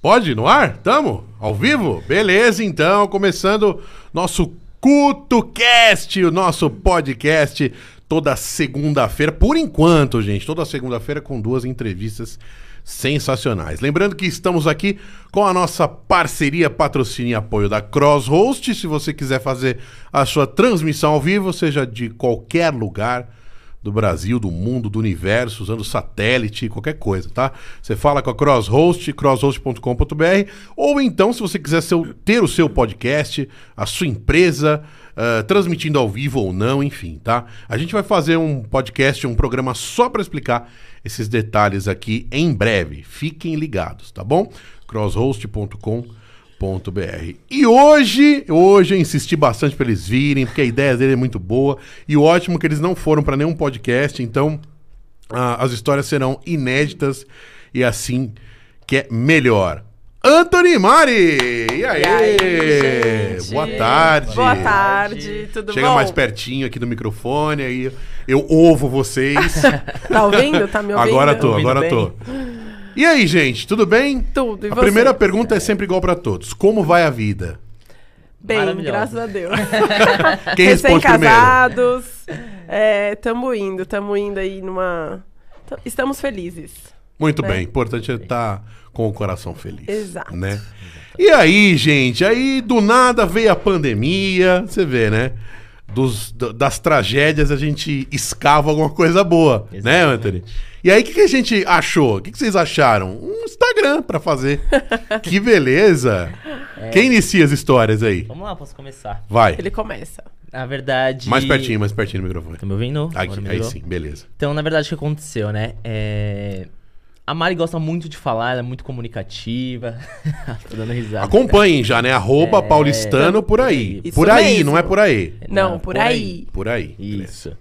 Pode? No ar? Tamo? Ao vivo? Beleza, então, começando nosso CutoCast, o nosso podcast toda segunda-feira, por enquanto, gente, toda segunda-feira com duas entrevistas sensacionais. Lembrando que estamos aqui com a nossa parceria, patrocínio e apoio da CrossHost. Se você quiser fazer a sua transmissão ao vivo, seja de qualquer lugar, do Brasil, do mundo, do universo, usando satélite, qualquer coisa, tá? Você fala com a CrossHost, crosshost.com.br, ou então, se você quiser seu- ter o seu podcast, a sua empresa, ah, transmitindo ao vivo ou não, enfim, tá? A gente vai fazer um podcast, um programa só para explicar esses detalhes aqui em breve. Fiquem ligados, tá bom? crosshost.com.br .br. E hoje, hoje eu insisti bastante pra eles virem, porque a ideia dele é muito boa. E o ótimo é que eles não foram pra nenhum podcast, então ah, as histórias serão inéditas e assim que é melhor. Anthony Mari! E aí? aí, gente? Boa tarde. Boa tarde, tudo Chega bom? mais pertinho aqui do microfone, aí eu ovo vocês. Tá ouvindo? Tá me ouvindo? agora tô, Ouvindo agora bem? tô. E aí, gente, tudo bem? Tudo, e a você? primeira pergunta é sempre igual pra todos. Como vai a vida? Bem, Maravilhosa. graças a Deus. Quem responde primeiro? Recém-casados. É, tamo indo, tamo indo aí numa... T- Estamos felizes. Muito né? bem, importante é estar com o coração feliz. Exato. Né? E aí, gente, aí do nada veio a pandemia, você vê, né? Dos, d- das tragédias a gente escava alguma coisa boa, né, Anthony? E aí, o que, que a gente achou? O que, que vocês acharam? Um Instagram pra fazer. que beleza! Quem inicia as histórias aí? Vamos lá, posso começar. Vai. Ele começa. Na verdade. Mais pertinho, mais pertinho do microfone. Tá me ouvindo? Agora Aqui, me aí virou? sim, beleza. Então, na verdade, o que aconteceu, né? É, A Mari gosta muito de falar, ela é muito comunicativa. Tô dando risada. Tá. Acompanhem já, né? É, Arroba paulistano por aí. Isso por aí, mesmo. não é por aí. Não, tá por aí. Por aí. beleza. Isso.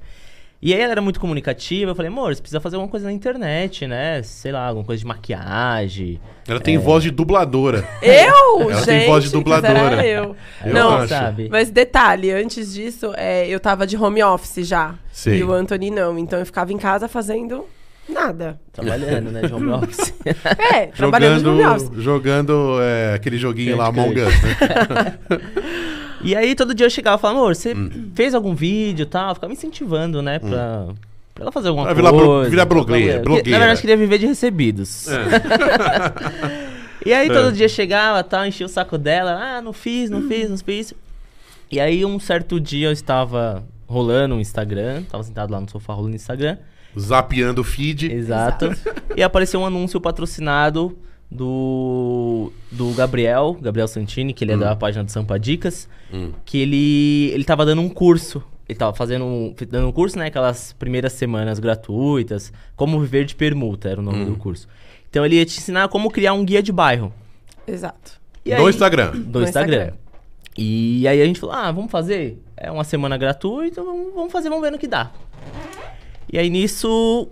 E aí ela era muito comunicativa, eu falei, amor, você precisa fazer alguma coisa na internet, né? Sei lá, alguma coisa de maquiagem. Ela É. tem voz de dubladora. Eu, Ela gente! tem voz de dubladora. Era eu. Eu Não, acho. sabe? mas detalhe, antes disso, é, eu tava de home office já. Sim. E o Anthony não, então eu ficava em casa fazendo nada. Trabalhando, né? De home office. É, trabalhando de Jogando, home office. jogando é, aquele joguinho lá, Candy Among Crush. Us, né? E aí todo dia eu chegava e falava, amor, você Hum. fez algum vídeo e tal? Eu Ficava me incentivando, né? Pra, pra ela fazer alguma Pra virar coisa. blo- virar blogueira, Porque, blogueira. É. Na verdade, eu queria viver de recebidos. né? e aí todo dia chegava tal, enchia o saco dela. Ah, não fiz, não fiz, não fiz. E aí um certo dia eu estava rolando um Instagram, tava sentado lá no sofá rolando o Instagram. É. Zapeando o feed. Exato. e apareceu um anúncio patrocinado do, do Gabriel, Gabriel Santini, que ele é da página do Sampa Dicas, que ele, ele tava dando um curso. Ele tava fazendo um, fe- dando um curso, né? Aquelas primeiras semanas gratuitas, como viver de permuta, era o nome do curso. Então ele ia te ensinar como criar um guia de bairro. Exato. E no aí- Instagram. do No Instagram. Instagram. E aí a gente falou, ah, vamos fazer. É uma semana gratuita, vamos vamos fazer, vamos ver no que dá. E aí nisso,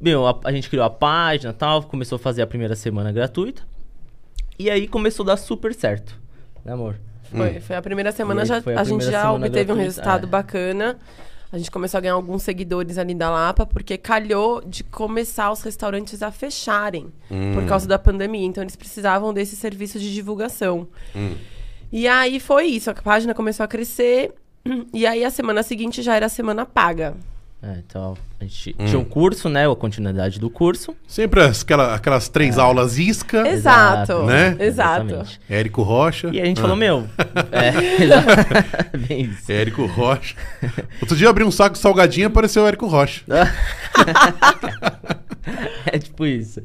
meu, a, a gente criou a página e tal, começou a fazer a primeira semana gratuita. E aí começou a dar super certo, né amor? Hum. Foi, foi a primeira semana, Foi- já, foi a a, gente primeira já semana obteve um gratuita, resultado é. bacana. A gente começou a ganhar alguns seguidores ali da Lapa, porque calhou de começar os restaurantes a fecharem Hum. por causa da pandemia. Então eles precisavam desse serviço de divulgação. Hum. E aí foi isso, a página começou a crescer. E aí a semana seguinte já era a semana paga. É, então a gente tinha um curso, né, a continuidade do curso. Sempre as- aquela- aquelas três Ah. aulas isca. Exato. Né? Exato. Exatamente. Érico Rocha. E a gente Ah, falou, meu, é, exato. bem isso. Érico Rocha. Outro dia eu abri um saco de salgadinho e apareceu o Érico Rocha. É tipo isso.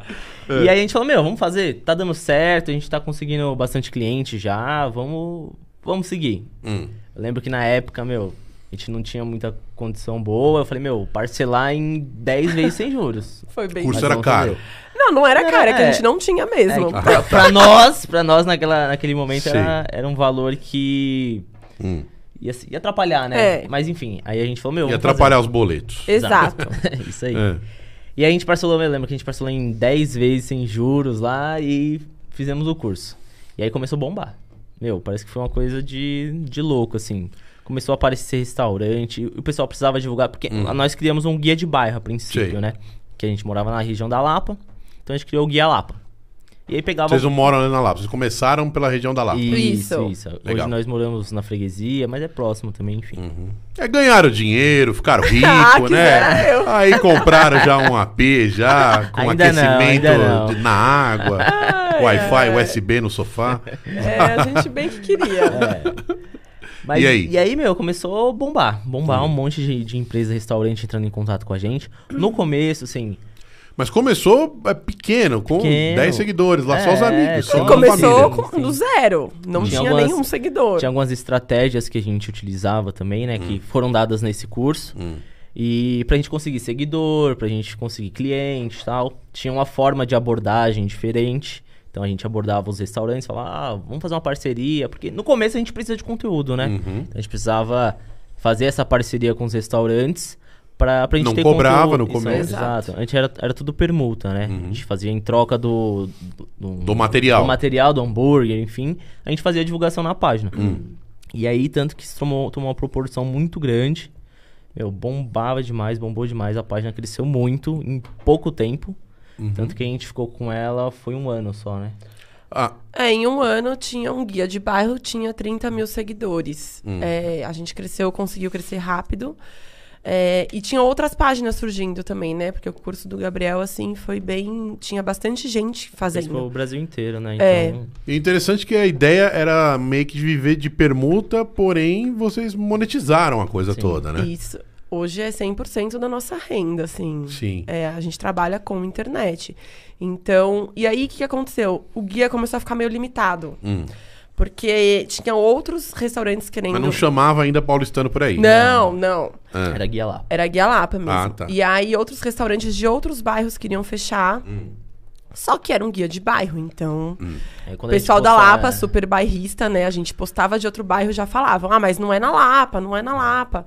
É. E aí a gente falou, meu, vamos fazer, tá dando certo, a gente tá conseguindo bastante cliente já, vamos, vamos seguir. Hum. Eu lembro que na época, meu, a gente não tinha muita condição boa, eu falei, meu, parcelar em 10 vezes sem juros. Foi bem. O curso Mas era vamos caro. Não, não era Era- cara, é que a é. gente não tinha É, mesmo. que pra, pra nós, pra nós naquela, naquele momento era, Sim. era um valor que Hum. ia, se- ia atrapalhar, né? É. Mas enfim, aí a gente falou, meu, E vamos atrapalhar os boletos. fazer. Exato. isso aí. É. E aí a gente parcelou, eu lembro que a gente parcelou em 10 vezes sem juros lá e fizemos o curso. E aí começou a bombar. Meu, parece que foi uma coisa de, de louco, assim. Começou a aparecer restaurante, e o pessoal precisava divulgar, porque nós criamos um guia de bairro a princípio, Hum. Sei. né? Que a gente morava na região da Lapa, então a gente criou o Guia Lapa. E aí pegava. Vocês não moram ali na Lapa, vocês começaram pela região da Lapa. Isso, Isso. isso. Legal. Hoje nós moramos na freguesia, mas é próximo também, enfim. É, ganharam dinheiro, ficaram ricos, Ah, que né? zero. Aí compraram já um AP, já com Ainda não, aquecimento ainda não. de- na água, Wi-Fi, USB no sofá. É, a gente bem que queria. Mas- E aí? Hum. E aí, meu, começou a bombar. Bombar um monte de, de empresa, restaurante entrando em contato com a gente. No começo, assim. Mas começou é, pequeno, com Pequeno. 10 seguidores, lá só os É, amigos. só Só uma Começou família. família, com, sim. do zero. Não Tinha tinha, algumas- nenhum seguidor. Tinha algumas estratégias que a gente utilizava também, né? Hum. Que foram dadas nesse curso. E pra gente conseguir seguidor, pra gente conseguir cliente e tal. Tinha uma forma de abordagem diferente. Então a gente abordava os restaurantes, falava, ah, vamos fazer uma parceria. Porque no começo a gente precisa de conteúdo, né? Uhum. Então a gente precisava fazer essa parceria com os restaurantes pra, pra gente Não ter cobrava conteúdo. no Isso, começo. Uhum. Exato. A gente era, era tudo permuta, né? A gente fazia em troca do... Do, Do material. do material, do hambúrguer, enfim. A gente fazia divulgação na página. E aí, tanto que isso tomou, tomou uma proporção muito grande. Meu, bombava demais, bombou demais. A página cresceu muito em pouco tempo. Tanto que a gente ficou com ela foi um ano só, né? Ah, É, em um ano tinha um guia de bairro, tinha 30 mil seguidores. Hum. É, a gente cresceu, conseguiu crescer rápido. É, e tinha outras páginas surgindo também, né? Porque o curso do Gabriel, assim, foi bem. Tinha bastante gente Esse foi o fazendo. Brasil inteiro, né? É. Então, e interessante que a ideia era meio que viver de permuta, porém vocês monetizaram a coisa toda, né? Isso. Hoje é 100% da nossa renda, assim. Sim. É, a gente trabalha com internet. Então, e aí o que, que aconteceu? O guia começou a ficar meio limitado. Porque tinha outros restaurantes querendo. Hum. Mas não chamava ainda paulistano por aí. não, não. Ah. era guia lá. Era Guia Lapa mesmo. Ah, tá. E aí outros restaurantes de outros bairros queriam fechar. Hum. Só que era um guia de bairro, então. Aí, O É, quando a gente pessoal da postava- Lapa, super bairrista, né? A gente postava de outro bairro já falavam: ah, mas não é na Lapa, não é na Lapa.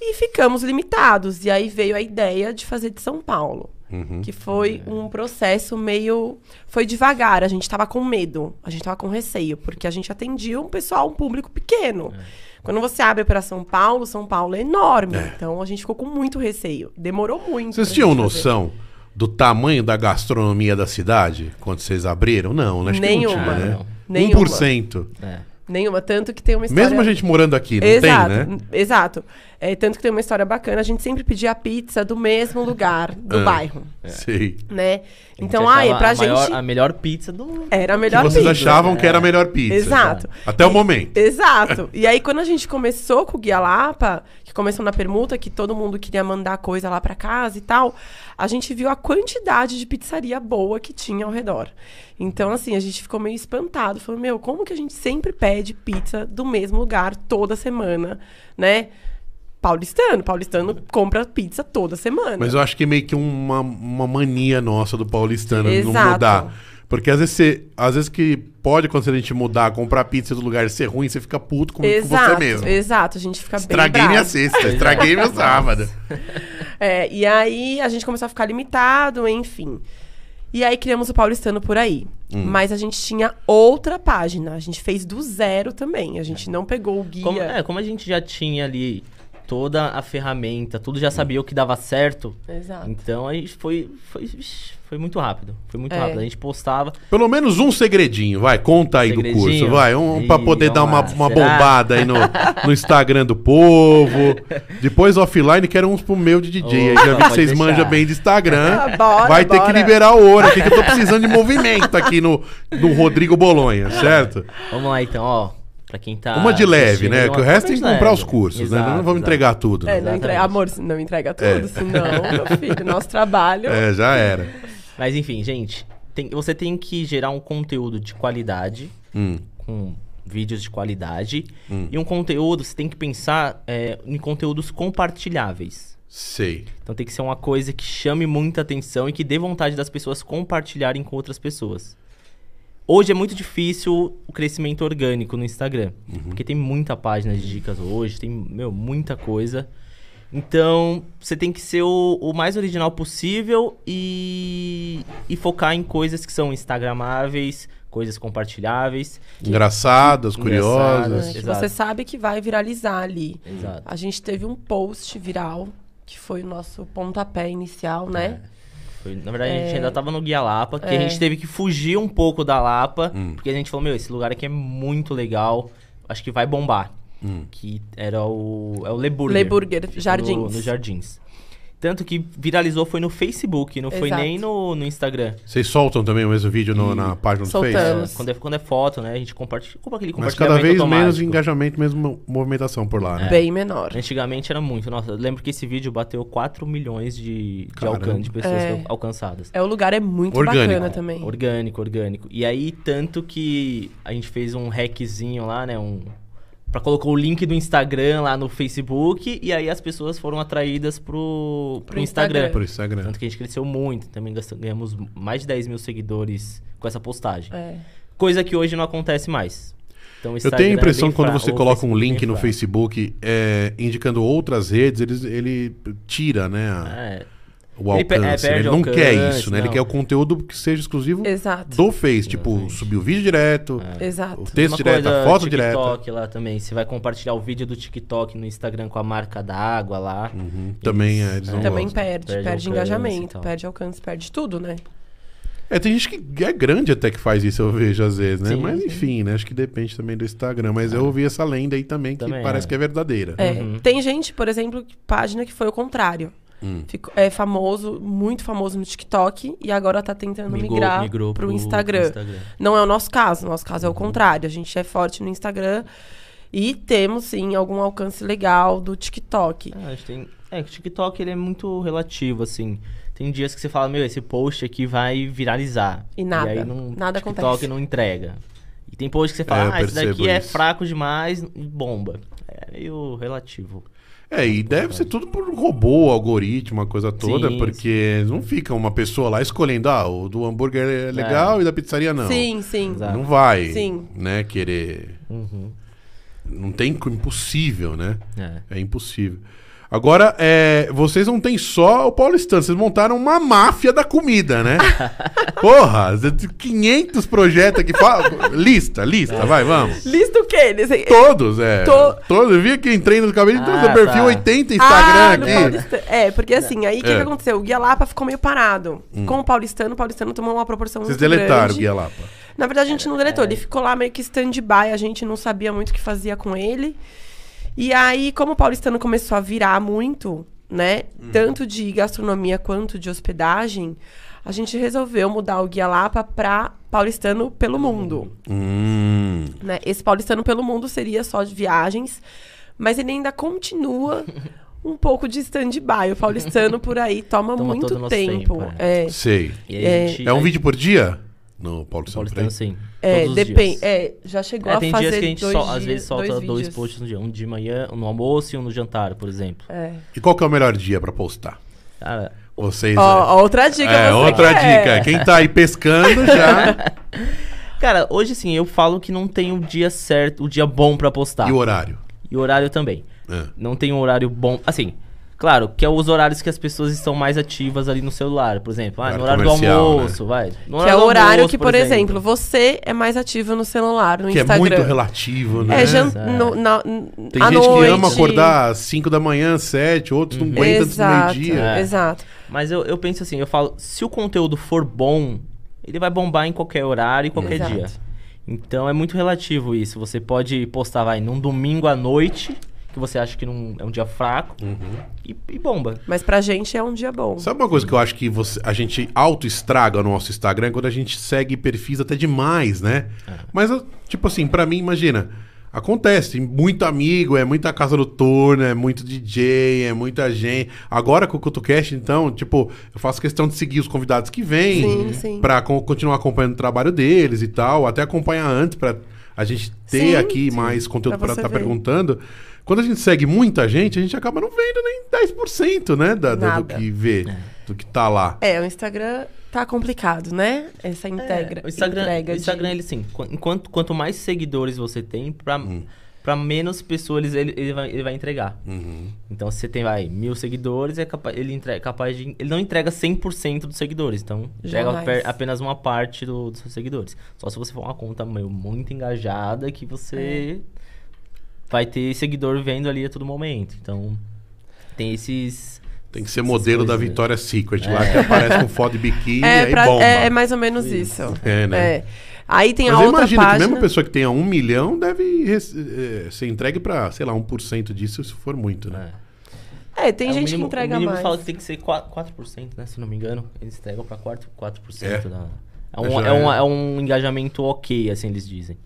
E ficamos limitados. E aí veio a ideia de fazer de São Paulo. Uhum. Que foi É. um processo meio. Foi devagar, a gente tava com medo, a gente tava com receio, porque a gente atendia um pessoal, um público pequeno. É. Quando você abre para São Paulo, São Paulo é enorme. Então a gente ficou com muito receio. Demorou muito. Vocês pra tinham gente fazer. noção do tamanho da gastronomia da cidade quando vocês abriram? Não, né? acho que não Nenhuma. tinha, né? Não. Nenhuma. 1%. É. Nenhuma, tanto que tem uma história. Mesmo a gente morando aqui, não Exato, tem, né? n- exato. É, tanto que tem uma história bacana, a gente sempre pedia pizza do mesmo lugar do Ah. bairro, Sei. né? A gente Então, aí, achava pra a maior- gente A melhor pizza do. era a Que melhor vocês pizza. É. achavam que era a melhor pizza. Exato. Até o momento. Exato. E aí, quando a gente começou com o Guia Lapa, que começou na permuta, que todo mundo queria mandar coisa lá pra casa e tal, a gente viu a quantidade de pizzaria boa que tinha ao redor. Então, assim, a gente ficou meio espantado. Falou, meu, como que a gente sempre pede pizza do mesmo lugar toda semana, né? Paulistano. Paulistano compra pizza toda semana. Mas eu acho que é meio que uma, uma mania nossa do paulistano não Exato. mudar. Porque às vezes você, às vezes que pode acontecer a gente mudar, comprar pizza do lugar e ser ruim, você fica puto com, com exato, você mesmo. exato. A gente fica bem Estraguei bravo. minha sexta, estraguei meu sábado. É, e aí a gente começou a ficar limitado, enfim. E aí criamos o Paulistano por aí. Mas a gente tinha outra página. A gente fez do zero também. A gente não pegou o guia. Como, é, como a gente já tinha ali toda a ferramenta, tudo já sabia o que dava certo. Exato. Então a gente foi. Foi, ixi, foi muito rápido. Foi muito É. rápido. A gente postava. Pelo menos um segredinho, vai, conta aí do Segredinho? curso, vai. Um, pra Ih, poder dar uma, vamos lá, uma será? bombada aí no, no Instagram do povo. Depois offline, quero uns pro meu de DJ. aí Opa, já vi que pode vocês deixar. manjam bem de Instagram. Ah, bora, vai ter que bora. liberar o ouro aqui, que eu tô precisando de movimento aqui no, no Rodrigo Bolonha, certo? Vamos lá então, ó. Pra quem tá. uma de leve, assistindo, né? uma- Que o resto tem que de comprar os leve. cursos, né? Exato, Não vamos exato. entregar tudo. É, né? não Exatamente. entrega, amor, não entrega tudo, senão, meu filho, nosso trabalho. É, já era. Mas enfim, gente. tem- você tem que gerar um conteúdo de qualidade. Hum. Com vídeos de qualidade. E um conteúdo, você tem que pensar é, em conteúdos compartilháveis. Sei. Então tem que ser uma coisa que chame muita atenção e que dê vontade das pessoas compartilharem com outras pessoas. Hoje é muito difícil o crescimento orgânico no Instagram, porque tem muita página de dicas hoje, tem meu, muita coisa. Então você tem que ser o, o mais original possível e, e focar em coisas que são instagramáveis, coisas compartilháveis. Engraçadas, É, curiosas. Engraçadas. que exato. você sabe que vai viralizar ali. Exato. A gente teve um post viral, que foi o nosso pontapé inicial, né? Foi- Na verdade, a gente ainda tava no Guia Lapa, que É. a gente teve que fugir um pouco da Lapa, Hum. porque a gente falou, meu, esse lugar aqui é muito legal, acho que vai bombar. Hum. Que era o. É o Le Burger. Le Burger, Fica no- Jardins. no Jardins. Tanto que viralizou foi no Facebook, não foi Exato. nem no, no Instagram. Vocês soltam também o mesmo vídeo no- na página do Soltamos. Face? É, quando, é, quando é foto, né? A gente compartilha. Como aquele Mas compartilhamento cada vez menos automático. engajamento, mesmo movimentação por lá, né? Bem menor. É. Antigamente era muito. Nossa, eu lembro que esse vídeo bateu 4 milhões de, de, Caramba. alcan de pessoas É. alcançadas. É, o lugar é muito Orgânico. bacana também. Orgânico, orgânico. E aí, tanto que a gente fez um hackzinho lá, né? Um. Pra colocou o link do Instagram lá no Facebook e aí as pessoas foram atraídas pro, pro, Pro Instagram. Instagram. Por é Instagram. Tanto que a gente cresceu muito, também gasta- ganhamos mais de 10 mil seguidores com essa postagem. É. Coisa que hoje não acontece mais. Então, o Eu Instagram tenho a impressão é bem que quando fraco, você o coloca um Facebook é link bem no fraco. Facebook é, indicando outras redes, eles, ele tira, né? a- É, o Ele pe- é, alcance. né? perde Ele o não quer alcance, isso, né? Ele não. quer o conteúdo que seja exclusivo Exato. do Face. Tipo, subir o vídeo direto, Exato. o texto É. Uma direto, coisa, a foto TikTok direta. lá também. Você vai compartilhar o vídeo do TikTok no Instagram com a marca da água lá. Também é, eles não Também gostam. perde, perde, alcance e engajamento, tal. perde alcance, perde tudo, né? É, tem gente que é grande até que faz isso, eu vejo às vezes, né? Sim, Mas sim. É. enfim, né? Acho que depende também do Instagram. Mas eu ouvi essa lenda aí também, que Também, parece é. que é verdadeira. É, Uhum. Tem gente, por exemplo, que- página que foi o contrário. Hum. Ficou, é famoso, muito famoso no TikTok e agora tá tentando Migrou- migrar migrou pro, pro Uhum. Instagram. Instagram. Não é o nosso caso, o nosso caso é o contrário. A gente é forte no Instagram e temos, sim, algum alcance legal do TikTok. É, a gente tem... é, o TikTok ele é muito relativo, assim. Tem dias que você fala, meu, esse post aqui vai viralizar. E nada, aí não, nada TikTok acontece. não entrega. E tem post que você É, eu fala, ah, esse percebo daqui é isso. fraco demais, e bomba. É meio relativo. É, e deve ser tudo por robô, algoritmo, a coisa toda, Sim, porque não fica uma pessoa lá escolhendo, ah, o do hambúrguer é legal e da pizzaria não. Sim, sim. Exato. Não vai, Sim. né, querer... Uhum. Não tem, co- impossível, né? É. É impossível. Agora, é, vocês não tem só o paulistano, vocês montaram uma máfia da comida, né? Porra, 500 projetos aqui. Fala, lista, lista, vai, vamos. Lista o quê? Eles- Todos, é. To- Todos. Eu vi que entrei no cabelo, então Ah, seu perfil tá. 80 Ah, Instagram no aqui. Paulista- É, porque assim, aí o que, É. Hum. que aconteceu? O Guia Lapa ficou meio parado. Com o paulistano, o paulistano tomou uma proporção Vocês muito grande. deletaram o Guia Lapa. Na verdade, a gente não deletou. É. Ele ficou lá meio que stand-by, a gente não sabia muito o que fazia com ele. E aí, como o paulistano começou a virar muito, né? Uhum. Tanto de gastronomia quanto de hospedagem, a gente resolveu mudar o Guia Lapa pra paulistano pelo Uhum. mundo. Hum. né? Esse paulistano pelo mundo seria só de viagens, mas ele ainda continua um pouco de stand-by. O paulistano por aí toma, Toma muito todo o nosso tempo. tempo, é. Sei. E aí É. a gente, É um vídeo por dia? No Paulo Santos. Paulistano, sim. É, todos os depende. dias. É, já chegou É, a tem fazer dias que a gente dois sol- dias, às vezes solta dois, vídeos. posts no dia. Um de manhã, um no almoço e um no jantar, por exemplo. É. E qual que é o melhor dia pra postar? Cara, Vocês. Ó, ó, outra dica. é, você outra quer. dica. Quem tá aí pescando já. cara, hoje sim, eu falo que não tem o dia certo, o dia bom pra postar. Tá. E o horário? E o horário também. É. Não tem um horário bom. Assim, claro, que é os horários que as pessoas estão mais ativas ali no celular, por exemplo. Ah, Horário no horário do comercial, né? almoço, vai. No Que é do o horário um almoço, que, por exemplo, você é mais ativo no celular, no que é Instagram. muito relativo, né? É, jan- Exato. no- na- Tem à gente noite. Hum. que ama acordar às 5 da manhã, 7, outros não aguentam antes do Exato, meio-dia. É. exato. Mas eu, eu penso assim, eu falo, se o conteúdo for bom, ele vai bombar em qualquer horário e qualquer Exato. dia. Então é muito relativo isso. Você pode postar, vai, num domingo à noite, que você acha que não é um dia fraco, e, e bomba. Mas pra gente é um dia bom. Sabe uma coisa que eu acho que você- a gente auto-estraga no nosso Instagram é quando a gente segue perfis até demais, né? Mas, eu- tipo assim, pra mim, imagina. Acontece, tem muito amigo, é muita casa noturna, é muito DJ, é muita gente. Agora com o CutoCast, então, tipo, eu faço questão de seguir os convidados que vêm Sim, sim. pra co- continuar acompanhando o trabalho deles e tal, até acompanhar antes pra a gente ter Sim, aqui mais conteúdo pra pra você estar ver. perguntando. Quando a gente segue muita gente, a gente acaba não vendo nem 10%, né, da- do- do Nada. que vê É. do que tá lá. É, o Instagram tá complicado, né? Essa integra, É, o Instagram, entrega o de- Instagram ele sim. qu- Enquanto, quanto mais seguidores você tem, pra, Uhum. pra menos pessoas eles- ele, ele, vai, ele vai entregar. Uhum. Então, se você tem, vai, mil seguidores, é capa- ele entrega, capaz de... Ele não entrega 100% dos seguidores. Então, entrega Jamais. per- apenas uma parte do- dos seus seguidores. Só se você for uma conta meu, muito engajada, que você É. vai ter seguidor vendo ali a todo momento. Então, tem esses... Tem que ser modelo da Vitória Secret lá, É. que aparece com foto de biquíni É, e pra- bomba. é- é mais ou menos isso. É, né? É. Aí tem Mas a eu outra imagino que página. mesmo a pessoa que tenha um milhão deve rece- eh, ser entregue pra, sei lá, 1% disso, se for muito, né? É, tem É, o gente mínimo- que entrega O mínimo mais. fala que tem que ser 4%, 4% né? Se não me engano, eles entregam pra 4%, 4% É. da... É Já um, é, um, é. é um engajamento ok, assim eles dizem.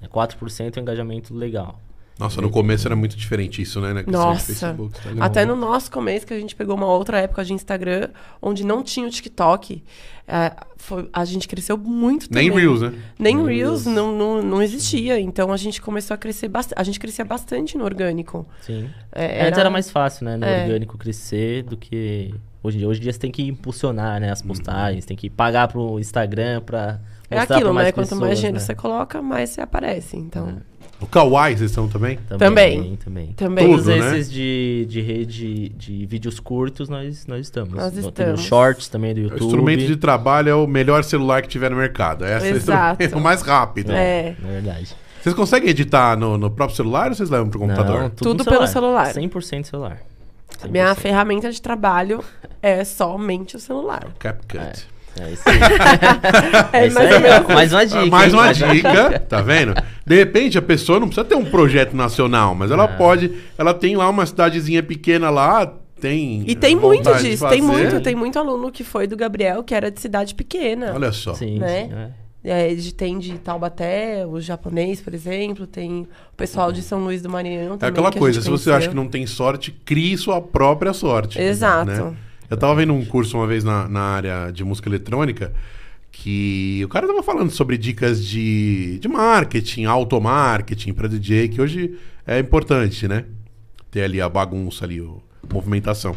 É 4% é um engajamento legal. Nossa, no começo era muito diferente isso, né? Na questão de Nossa. Facebook, Instagram. Até no nosso começo, que a gente pegou uma outra época de Instagram, onde não tinha o TikTok, é, foi- a gente cresceu muito também. Nem Reels, né? Nem Reels não, não, não existia. Então a gente começou a crescer bastante. A gente crescia bastante no orgânico. Sim. É, Antes era mais fácil, né? No É. orgânico crescer do que hoje em dia. Hoje em dia você tem que impulsionar, Uhum. né? As postagens, tem que pagar pro Instagram pra É mostrar pra aquilo, mais né? Quanto mais pessoas, dinheiro né? você coloca, mais você aparece. Então, O Kawaii vocês estão também? Também. também. Também. Todos Tudo, né? esses de, de rede de vídeos curtos, nós, nós estamos. Nós Tem estamos. O shorts também do É O YouTube. instrumento de trabalho é o melhor celular que tiver no mercado. Essa é o Exato. instrumento mais rápido. é. Na verdade. Vocês conseguem editar no, no próprio celular ou vocês levam pro computador? Não, Tudo no pelo celular. 100% celular. 100%. Minha ferramenta de trabalho é somente o celular. CapCut. É isso aí. É, É isso mais ou aí, menos. ó. mais uma dica. Ah, Mais hein? uma dica, tá vendo? De repente a pessoa não precisa ter um projeto nacional, mas Ah. ela pode. Ela tem lá uma cidadezinha pequena lá, tem. E tem vontade muito de disso, tem fazer. muito, tem muito aluno que foi do Gabriel, que era de cidade pequena. Olha só. Sim, Né? sim, é. É, de, tem de Taubaté, o japonês, por exemplo, tem o pessoal de São Luís do Maranhão É também. aquela que a coisa, gente se você conheceu. acha que não tem sorte, crie sua própria sorte. Exato. né? Eu tava vendo um curso uma vez na, na área de música eletrônica que o cara tava falando sobre dicas de, de marketing, automarketing para DJ, que hoje é importante, né? Ter ali a bagunça ali, o- a movimentação.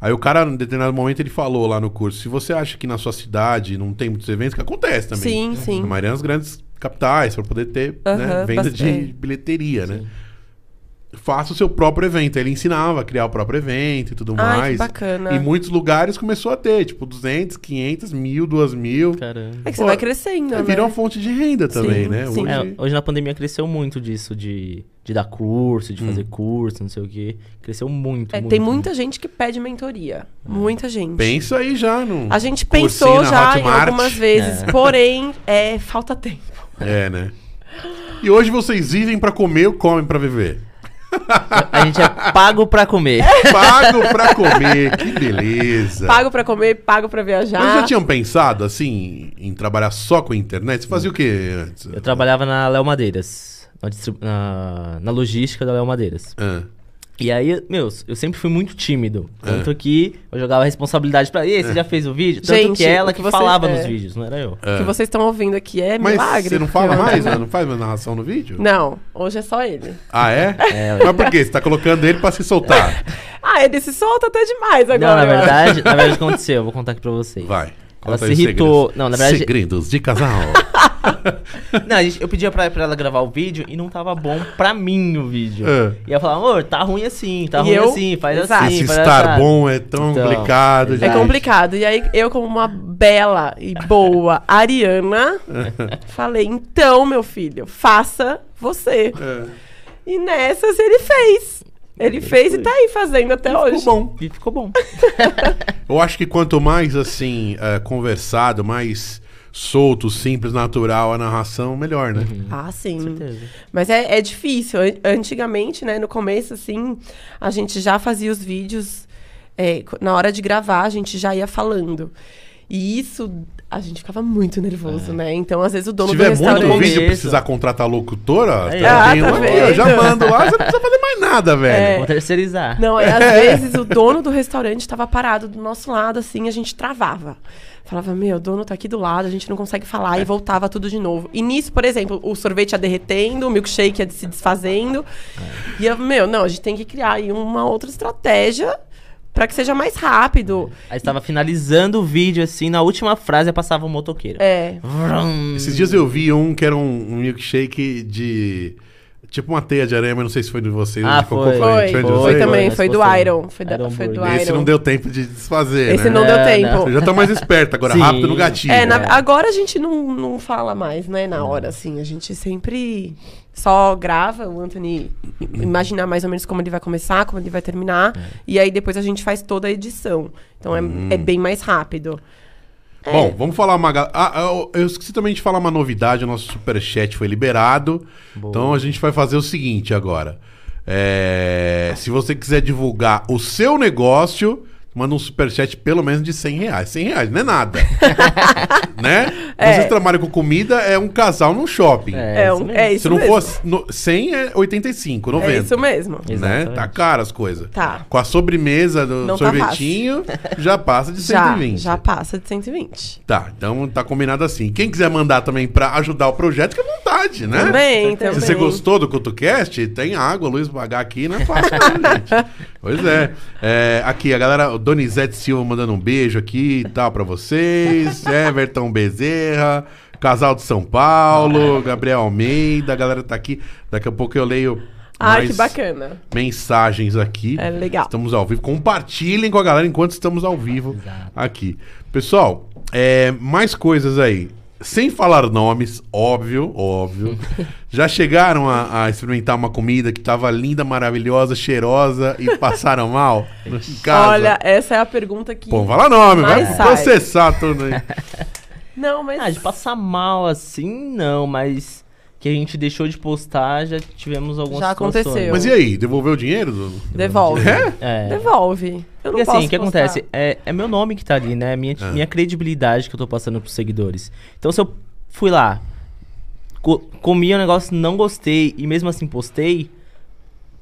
Aí o cara, em determinado momento, ele falou lá no curso, se você acha que na sua cidade não tem muitos eventos, que acontece é também. Sim, sim. Na maioria das grandes capitais, para poder ter né, Aham, venda de bastante. É. bilheteria, né? faça o seu próprio evento. Ele ensinava a criar o próprio evento e tudo Ai, que mais. bacana. Em muitos lugares começou a ter, tipo, 200, 500, 1000, 2000. Caramba. É que você Pô, vai crescendo, É, né? virou uma fonte de renda também, Sim, né? sim. Hoje, É, hoje na pandemia cresceu muito disso de, de dar curso, de Hum. fazer curso, não sei o quê. Cresceu muito, É, muito. tem muita gente que pede mentoria. É. Muita gente. Pensa aí já no... a gente cursinho pensou na já em Hotmart. algumas vezes, porém, é, falta tempo. É, né? E hoje vocês vivem pra comer ou comem pra viver? A gente é pago pra comer. Pago pra comer, que beleza. Pago pra comer, pago pra É. Mas viajar. já tinham pensado, assim, em trabalhar só com a internet? Você fazia o quê antes? Eu trabalhava na Léo Madeiras. Na, distribu- na- na logística da Léo Madeiras. Ah, E aí, meu, eu sempre fui muito tímido. Tanto É. que eu jogava a responsabilidade pra. E aí, você já fez o vídeo? Tanto Gente, que ela o que que, você- falava é. nos vídeos, não era eu. O que vocês estão ouvindo aqui é Mas milagre. você não porque fala eu- mais, né? Não faz mais narração no vídeo? Não, hoje é só ele. Ah, é? Mas por quê? Você tá colocando ele pra se soltar. Ah, ele se solta até demais agora. não, na eu acho. verdade, na verdade, o que aconteceu? Eu vou contar aqui pra vocês. Vai. Ela conta se aí os irritou. segredos. Não, na verdade. Segredos de casal. Não, a gente- eu pedia pra, pra ela gravar o vídeo e não tava bom pra mim o vídeo. É. E ela falava, amor, tá ruim assim, tá E ruim eu- assim, faz Exato. assim. Esse faz estar assado." bom é tão Então, complicado. É gente. Verdade. complicado. E aí, eu, como uma bela e boa ariana, falei: então, meu filho, faça você. É. E nessas ele fez. Ele fez e tá aí fazendo até hoje. Ficou bom. E ficou bom. Eu acho que quanto mais, assim, é, conversado, mais solto, simples, natural a narração, melhor, né? Ah, sim. certeza. Mas é, é difícil. An- Antigamente, né, no começo, assim, a gente já fazia os vídeos. é, co- na hora de gravar, a gente já ia falando. E isso, a gente ficava muito nervoso, né? Então, às vezes, o É. Se dono do tiver muito restaurante. vídeo Começo. e precisar contratar locutora, Aí, já ah, tem tá um aqui, vendo? eu já mando lá, você não precisa fazer mais nada, velho. Vou terceirizar. É. Não, é, às vezes o dono do restaurante estava parado do nosso lado, assim, a gente travava. Falava, meu, o dono tá aqui do lado, a gente não consegue falar, e voltava tudo de novo. E nisso, por exemplo, o sorvete ia derretendo, o milkshake ia se desfazendo. E eu, meu, não, a gente tem que criar aí uma outra estratégia para que seja mais rápido. Aí estava finalizando o vídeo assim, na última frase eu passava um motoqueiro. É. Vrum. Esses dias eu vi um que era um, um milkshake de... Tipo uma teia de aranha, mas não sei se foi de vocês. ou Ah, de cocô, foi. Foi, de foi, vocês? também, Foi, foi do foi. Iron. Foi, da, Iron foi do Burger. Iron. Esse não deu tempo de desfazer, Esse né? não deu É, tempo. Já tá mais esperto agora, Sim. rápido no gatilho. É, na- É. né, agora a gente não, não fala mais, né? Na hora, assim. A gente sempre só grava o Anthony imaginar mais ou menos como ele vai começar, como ele vai terminar. É. E aí depois a gente faz toda a edição. Então é, Hum. é bem mais rápido. É. Bom, vamos falar uma. ga- Ah, ah, eu- eu esqueci também de falar uma novidade. O nosso superchat foi liberado. Então a gente vai fazer o seguinte agora. É, Se você quiser divulgar o seu negócio, manda um superchat pelo menos de 100 reais. 100 reais não é nada. né? É. Vocês trabalham com comida, é um casal num shopping. É, isso um- mesmo. é Se isso não mesmo. fosse. no- 100 é 85, 90. É isso mesmo. Né? Exatamente. Tá caro as coisas. Tá. Com a sobremesa do Não tá sorvetinho, já passa de Já, 120. já passa de 120. Tá, então tá combinado assim. Quem quiser mandar também pra ajudar o projeto, fica à vontade, né? Também, também. Se você gostou do CutuCast, tem água, luz, pagar aqui, não é fácil, não, gente. Pois é. É, Aqui, a galera, o Donizete Silva mandando um beijo aqui e tal pra vocês. Everton Bezerra, Casal de São Paulo, Gabriel Almeida, a galera tá aqui. Daqui a pouco eu leio Ai, mais que bacana. mensagens aqui. É legal. Estamos ao vivo. Compartilhem com a galera enquanto estamos ao vivo aqui. Pessoal, é, mais coisas aí. Sem falar nomes, óbvio, óbvio. Já chegaram a, a experimentar uma comida que tava linda, maravilhosa, cheirosa e passaram mal em casa? Olha, essa é a pergunta que. Pô, fala nome, vai Mas sai. processar tudo aí. Não, mas. Ah, de passar mal assim, não, mas que a gente deixou de postar, já tivemos algumas Já situações. aconteceu. Mas e aí, devolveu o dinheiro? Dudu? Devolve. É. Devolve. Eu não Porque assim, posso o que postar. acontece? É, é meu nome que tá ali, né? Minha, Ah. minha credibilidade que eu tô passando pros seguidores. Então, se eu fui lá, co comi um negócio, não gostei, e mesmo assim postei,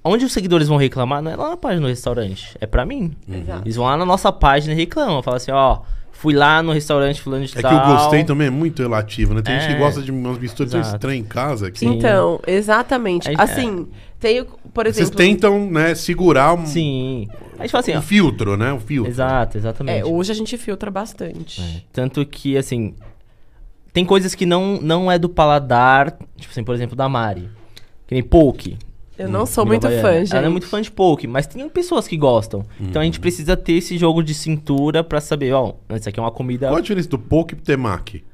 onde os seguidores vão reclamar não é lá na página do restaurante, é pra mim. Uhum. Exato. Eles vão lá na nossa página e reclamam. Falam assim, ó, fui lá no restaurante fulano de É que tal. eu gostei também, é muito relativo, né? Tem gente que É. gosta de umas misturas tão Exato. estranhas em casa. Que Sim. Então, exatamente. Aí- Assim, tem, por vocês exemplo. tentam, né, segurar um, Sim. Aí a gente fala assim, um ó. filtro, né? Um filtro. Exato, É, exatamente. hoje a gente filtra bastante. Tanto que, assim, tem coisas que não, não é do paladar, tipo assim, por exemplo, da Mari. Que nem poke. Eu não sou comida muito fã, baiana. gente. Ela não é muito fã de poke, mas tem pessoas que gostam. Então a Uhum. gente precisa ter esse jogo de cintura pra saber, ó, isso aqui é uma comida... Qual a diferença do poke pro temaki?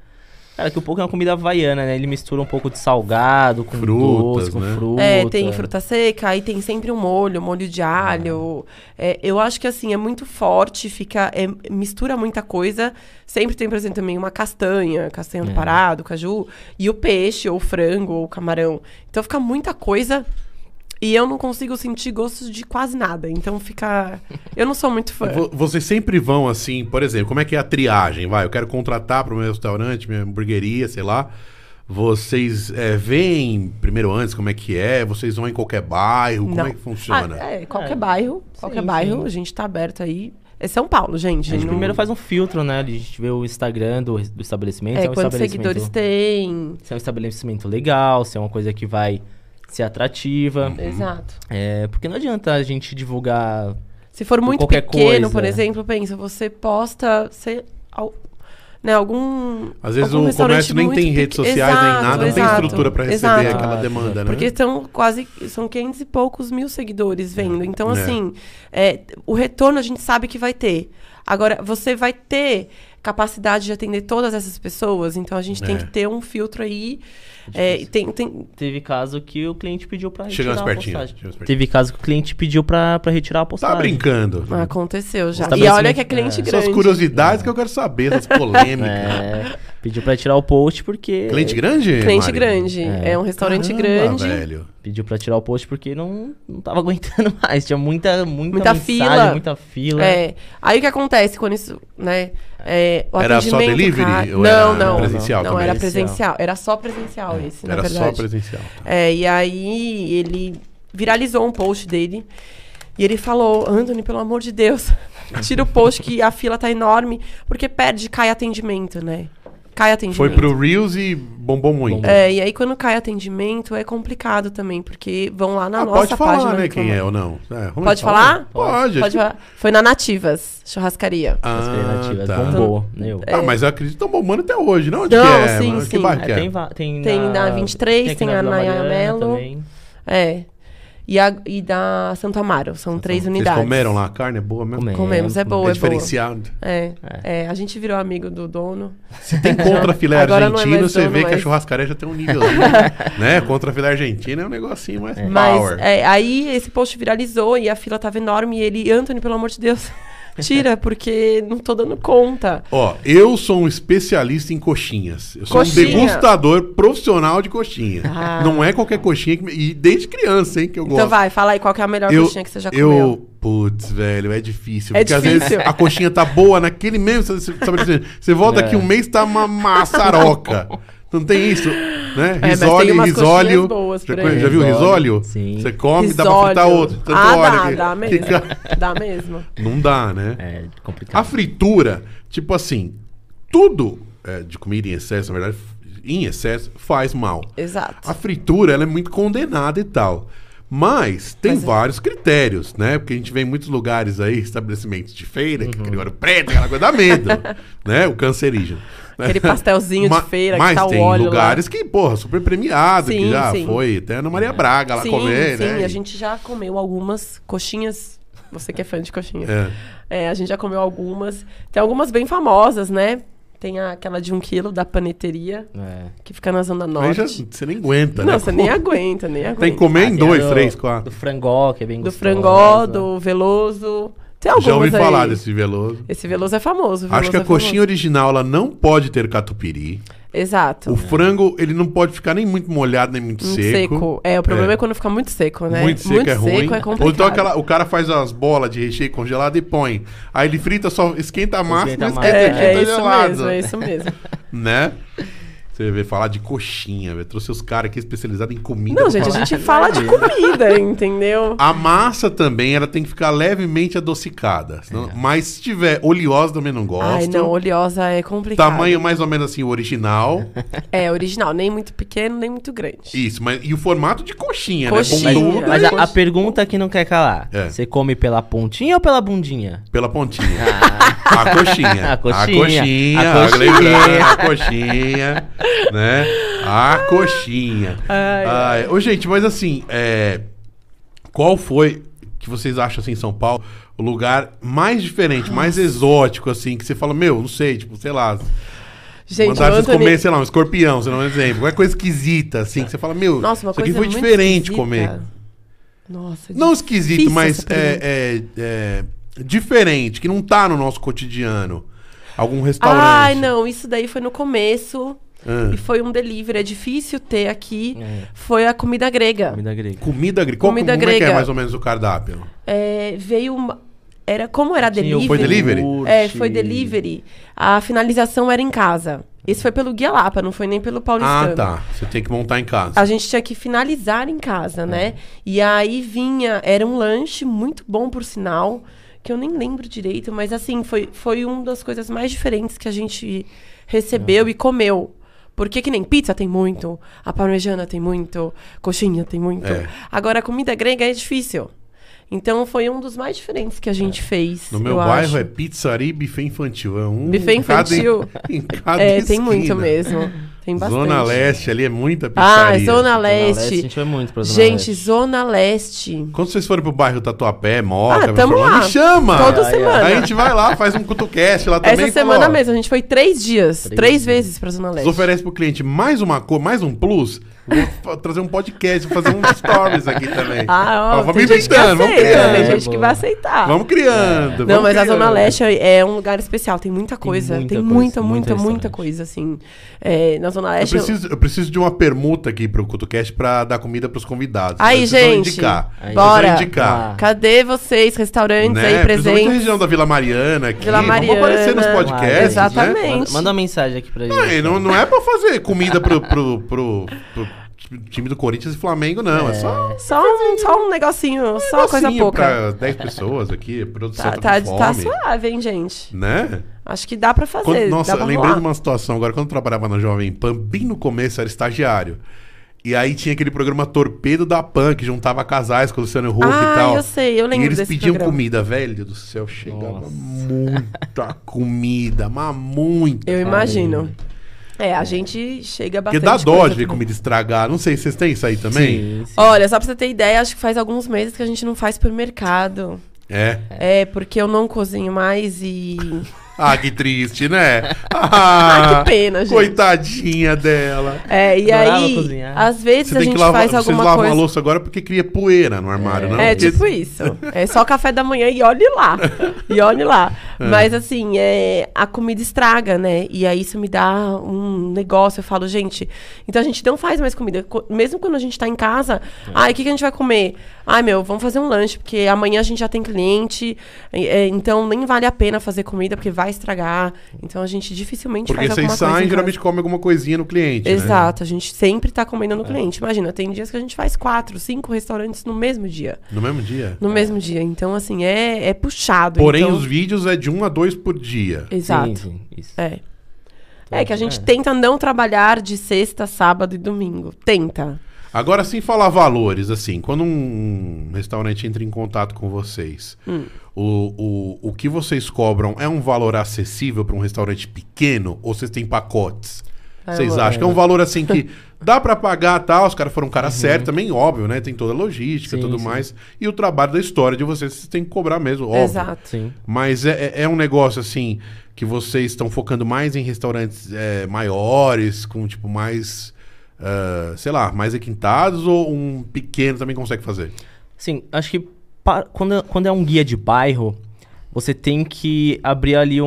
Cara, que o poke é uma comida havaiana, né? Ele mistura um pouco de salgado com Frutas, doce, com né? fruta. É, tem fruta seca, aí tem sempre um molho, molho de alho. É, eu acho que assim, é muito forte, fica. é, mistura muita coisa. Sempre tem, por exemplo, também uma castanha, castanha É. do Pará, do caju, e o peixe, ou o frango, ou o camarão. Então fica muita coisa. E eu não consigo sentir gosto de quase nada. Então fica. Eu não sou muito fã. Vo- Vocês sempre vão assim, por exemplo, como é que é a triagem? Vai, eu quero contratar para o meu restaurante, minha hamburgueria, sei lá. Vocês é, veem primeiro antes como é que é? Vocês vão em qualquer bairro? Como Não. é que funciona? Ah, é, qualquer É. bairro. Qualquer Sim, bairro, sim. a gente tá aberto aí. É São Paulo, gente. A gente não- primeiro faz um filtro, né? A gente vê o Instagram do, do estabelecimento. é, um quantos estabelecimento- seguidores tem. Se é um estabelecimento legal, se é uma coisa que vai ser atrativa. Uhum. Exato. É, porque não adianta a gente divulgar. Se for muito qualquer pequeno, coisa. por exemplo, pensa, você posta você, al- né, algum. Às vezes algum o comércio restaurante nem muito tem pequ- redes sociais, nem Exato, nada, não tem exato, estrutura para receber exato. aquela Ah, demanda, né? Porque são quase. São 500 e poucos mil seguidores vendo. Então, É. assim, é, o retorno a gente sabe que vai ter. Agora, você vai ter capacidade de atender todas essas pessoas, então a gente tem É. que ter um filtro aí. É, e tem, tem, Teve caso que o cliente pediu pra Chega retirar mais a pertinho. postagem. chega mais pertinho. Teve caso que o cliente pediu pra, pra retirar a Tá postagem. brincando. aconteceu já. E Estabelecimento- olha que é cliente Uhum. é. grande. Essas curiosidades que eu quero saber, essas polêmicas. É, pediu pra tirar o post porque. Cliente grande? Cliente Mari? grande. É, um restaurante Ah, Caramba, grande. velho. Pediu pra tirar o post porque não, não tava aguentando mais. Tinha muita, muita, Muita mensagem, fila. muita fila. É. Aí o que acontece quando isso, né? é, o Era só atendimento, delivery cara- ou não, era não. presencial Não, também? É. era presencial. Era só presencial esse, na Era verdade. só presencial. É, e aí ele viralizou um post dele. E ele falou, Anthony, pelo amor de Deus, tira o post que a fila tá enorme, porque perde, cai atendimento, né? Cai atendimento. Foi pro Reels e bombou muito. É, e aí quando cai atendimento é complicado também, porque vão lá na Ah, nossa pode falar, página. né, reclamar. quem é ou não. É, vamos Pode falar? Pode. Pode falar. Foi na Nativas, churrascaria. As Ah, alternativas. tá. Bombou, né? eu. Ah, mas eu acredito que estão bombando até hoje, não? Onde Não, que é? sim, mano? sim. Que bairro É, que é? tem, va- tem, Tem na 23, aqui tem a Vila Naya Mariana Mello. também. É. e, a- e da Santo Amaro. São três unidades. Vocês comeram lá? A carne é boa mesmo? Comemos. Comemos, é É boa, é, boa. diferenciado. É, é, a gente virou amigo do dono. Se tem contra filé Agora não é argentino, mais você dono, vê que a mas- churrascaria já tem um nívelzinho, né? Contra filé argentino é um negocinho mais power. Mas é, aí esse post viralizou e a fila tava enorme. E ele, Anthony, pelo amor de Deus, tira, porque não tô dando conta. Ó, eu sou um especialista em coxinhas. Eu sou Coxinha. um degustador profissional de coxinha. Ah. Não é qualquer coxinha que... me- E desde criança, hein, que eu gosto. Então vai, fala aí qual que é a melhor coxinha que você já comeu. Eu, putz, velho, é difícil. É porque às difícil. vezes a coxinha tá boa naquele mesmo você- sabe dizer, Você volta aqui um mês, tá uma maçaroca. Não tem isso, né? É, mas tem risole, umas risóleo. coxinhas boas Já, por conhe- aí. já viu risóleo? Sim. Você come, dá pra Risório. fritar outro. Tanto ah, óleo dá, que- dá mesmo. fica- Dá mesmo. Não dá, né? É complicado. A fritura, tipo assim, tudo é, de comida em excesso, na verdade, f- em excesso, faz mal. Exato. A fritura, ela é muito condenada e tal. Mas tem Mas é- vários critérios, né? Porque a gente vê em muitos lugares aí, estabelecimentos de feira, Uhum. que aquele ouro preto, aquela coisa dá medo, né? O cancerígeno. Aquele pastelzinho Ma- de feira é. mas que tá o tem óleo lugares que, porra, super premiado, que Sim, já sim. foi até na Maria Braga lá. lá Sim, comer, sim, né? a gente já comeu algumas coxinhas. Você que é fã de coxinhas. É. É, a gente já comeu algumas. Tem algumas bem famosas, né? Tem a- aquela de um quilo da paneteria, É. que fica na Zona Aí já, Norte. você nem aguenta, Não, né? você nem aguenta, nem aguenta. Tem que comer Ah, em tem dois, a do- três, quatro. Do frangó, que é bem Do gostoso. frangó, do veloso. Tem algumas Já ouvi aí. falar desse veloso. Esse veloso é famoso. Acho Veloso que é a famoso. coxinha original ela não pode ter catupiry. Exato. O frango, ele não pode ficar nem muito molhado, nem muito, Então, é. Muito seco. É, o problema É. é. quando fica muito seco, né? Muito seco é ruim. complicado. Ou então aquela- o cara faz as bolas de recheio congelado e põe. Aí ele frita, só esquenta a massa, Esquenta a não massa. esquenta É, o recheio é isso gelado. mesmo, é isso mesmo. Né? Você vê falar de coxinha, velho. Trouxe os caras aqui especializados em comida. pra Não, gente, a falar. gente fala de comida, entendeu? A massa também, ela tem que ficar levemente É. adocicada. senão- Mas se tiver oleosa, também não Ah, gosto. Ai, não, oleosa é complicado. Tamanho mais ou menos assim, o original. É, original, nem muito pequeno, nem muito grande. Isso, mas e o formato de coxinha, né? Coxinha. Pontudo Mas e a, a coxinha. pergunta que não quer calar. É. Você come pela pontinha ou pela bundinha? Pela pontinha. A Ah. coxinha. A A coxinha. coxinha. A A coxinha. coxinha. A coxinha. Né? A coxinha. Ai, Ô, gente, mas assim, é, qual foi que vocês acham assim em São Paulo o lugar mais diferente, mais exótico, assim, que você fala, meu, não sei, tipo, sei lá, Gente, o mandar vocês Anthony... É. comer, sei lá, um escorpião, sei lá, um exemplo. Qualquer coisa esquisita, assim, que você fala, meu, Nossa, uma isso aqui coisa foi muito diferente esquisita. comer. Nossa, Não difícil esquisito, essa mas pergunta. é, é- é diferente, que não tá no nosso cotidiano. Algum restaurante. Ai, não, isso daí foi no começo. Ah. E foi um delivery, é difícil ter aqui. É. Foi a comida grega. Comida grega. Comida grega. Qual- Comida como é que é grega. mais ou menos o cardápio? É, veio uma... Era, como era Tinha o delivery... Foi delivery? iogurte. É, foi delivery. A finalização era em casa. Isso foi pelo Guia Lapa, não foi nem pelo Paulistano. Ah, tá. Você tem que montar em casa. A gente tinha que finalizar em casa, né? É. E aí vinha, era um lanche muito bom, por sinal, que eu nem lembro direito, mas assim, foi, foi uma das coisas mais diferentes que a gente recebeu É. e comeu. Porque que nem pizza tem muito, a parmejana tem muito, coxinha tem muito. É. Agora, a comida grega é difícil. Então, foi um dos mais diferentes que a gente fez. É. No meu eu bairro acho. é pizzaria e buffet infantil. É um Buffet em cada- infantil. em cada É, tem esquina. muito mesmo. Tem bastante. Zona Leste ali é muita Ah, pizzaria. Zona Zona Leste. A gente foi muito pra Zona gente, Leste. Zona Leste. Quando vocês forem pro bairro Tatuapé, Moca, Ah, tamo me lá. chama. Aí, Toda ó. semana. Aí a gente vai lá, faz um cutucast lá também. Essa e fala, semana ó, mesmo, a gente foi três dias, Três três, dias. vezes pra Zona Vocês Leste. oferecem pro cliente mais uma cor, mais um plus, vou fa- trazer um podcast, fazer uns stories aqui também. Ah, ó, vamos tem gente que inventando, vamos aceita, criando. tem É, gente que boa. vai aceitar. Vamos criando. Não, vamos mas a criando. Zona Leste é é um lugar especial, tem muita coisa, muita tem coisa, muita, muito muita, muita restaurante. coisa, assim. É, na Zona Eu Leste... eu- preciso, eu preciso de uma permuta aqui pro CutoCast pra dar comida pros convidados. Aí, Vocês precisam gente, indicar. Aí. bora. Vocês precisam indicar. Ah, Cadê vocês, restaurantes Né? aí Principalmente a presentes? região da Vila Mariana aqui. Vila Vamos aparecer nos Mariana. podcasts, né? Claro, Exatamente. Manda, manda uma mensagem aqui pra gente. Não, e não, não é pra fazer comida pro, pro, pro- pro time do Corinthians e Flamengo, não. É, só... Só um, só um negocinho, só uma coisa negocinho pouca. Pra 10 pessoas aqui, produção Tá, tá com tá, fome. tá suave, hein, gente? Né? Acho que dá pra fazer. Quando- dá nossa, pra lembrei rolar. de uma situação agora, quando eu trabalhava na Jovem Pan, bem no começo eu era estagiário. E aí tinha aquele programa Torpedo da Pan, que juntava casais com o Luciano Huck e Ah, tal. eu sei, eu e lembro eles desse pediam programa. comida, velho do céu, chegava Nossa. muita comida, mas muita. Eu imagino. É, a gente chega Porque dá bastante. dó coisa de ver também. comida estragar. Não sei, vocês têm isso aí também? Sim, sim. Olha, só pra você ter ideia, acho que faz alguns meses que a gente não faz supermercado. É. É, porque eu não cozinho mais e. Ah, que triste, né? Ah, que pena, gente. Coitadinha dela. É, e Adorava aí, cozinhar. às vezes Você a tem que gente lavar, faz vocês alguma lavam coisa. a louça agora porque cria poeira no armário, não? É, Porque- tipo isso. É só café da manhã e olhe lá. E olhe lá. Mas assim, é, a comida estraga, né? E aí isso me dá um negócio. Eu falo, gente, então a gente não faz mais comida. Co- Mesmo quando a gente tá em casa, É. ai, o que, que a gente vai comer? Ai, meu, vamos fazer um lanche, porque amanhã a gente já tem cliente. é, é, então nem vale a pena fazer comida, porque vai estragar. Então a gente dificilmente Porque faz vocês alguma coisa. saem em e casa. geralmente comem alguma coisinha no cliente, né? É. Exato, a gente sempre tá comendo no cliente. Imagina, tem dias que a gente faz quatro, cinco restaurantes no mesmo dia. No mesmo dia. No mesmo dia. Então, assim, é, é puxado. Porém, então- os vídeos é de um a dois por dia. Exato. Sim, sim, isso. É. É que a gente tenta não trabalhar de sexta, sábado e domingo. Tenta. Agora, sem falar valores, assim, quando um restaurante entra em contato com vocês, Hum. o, o, o que vocês cobram é um valor acessível para um restaurante pequeno ou vocês têm pacotes? É, Vocês eu- acham que é um valor assim que dá para pagar tal? Os caras foram um cara sério também, óbvio, né? Tem toda a logística e Uhum. Sim, tudo sim. mais. E o trabalho da história de vocês, vocês têm que cobrar mesmo, óbvio. Exato. Sim. Mas é, é- é um negócio assim que vocês estão focando mais em restaurantes é, maiores, com tipo mais. ah, sei lá, mais requintados ou um pequeno também consegue fazer? Sim, acho que pa- quando, quando é um guia de bairro, você tem que abrir ali um,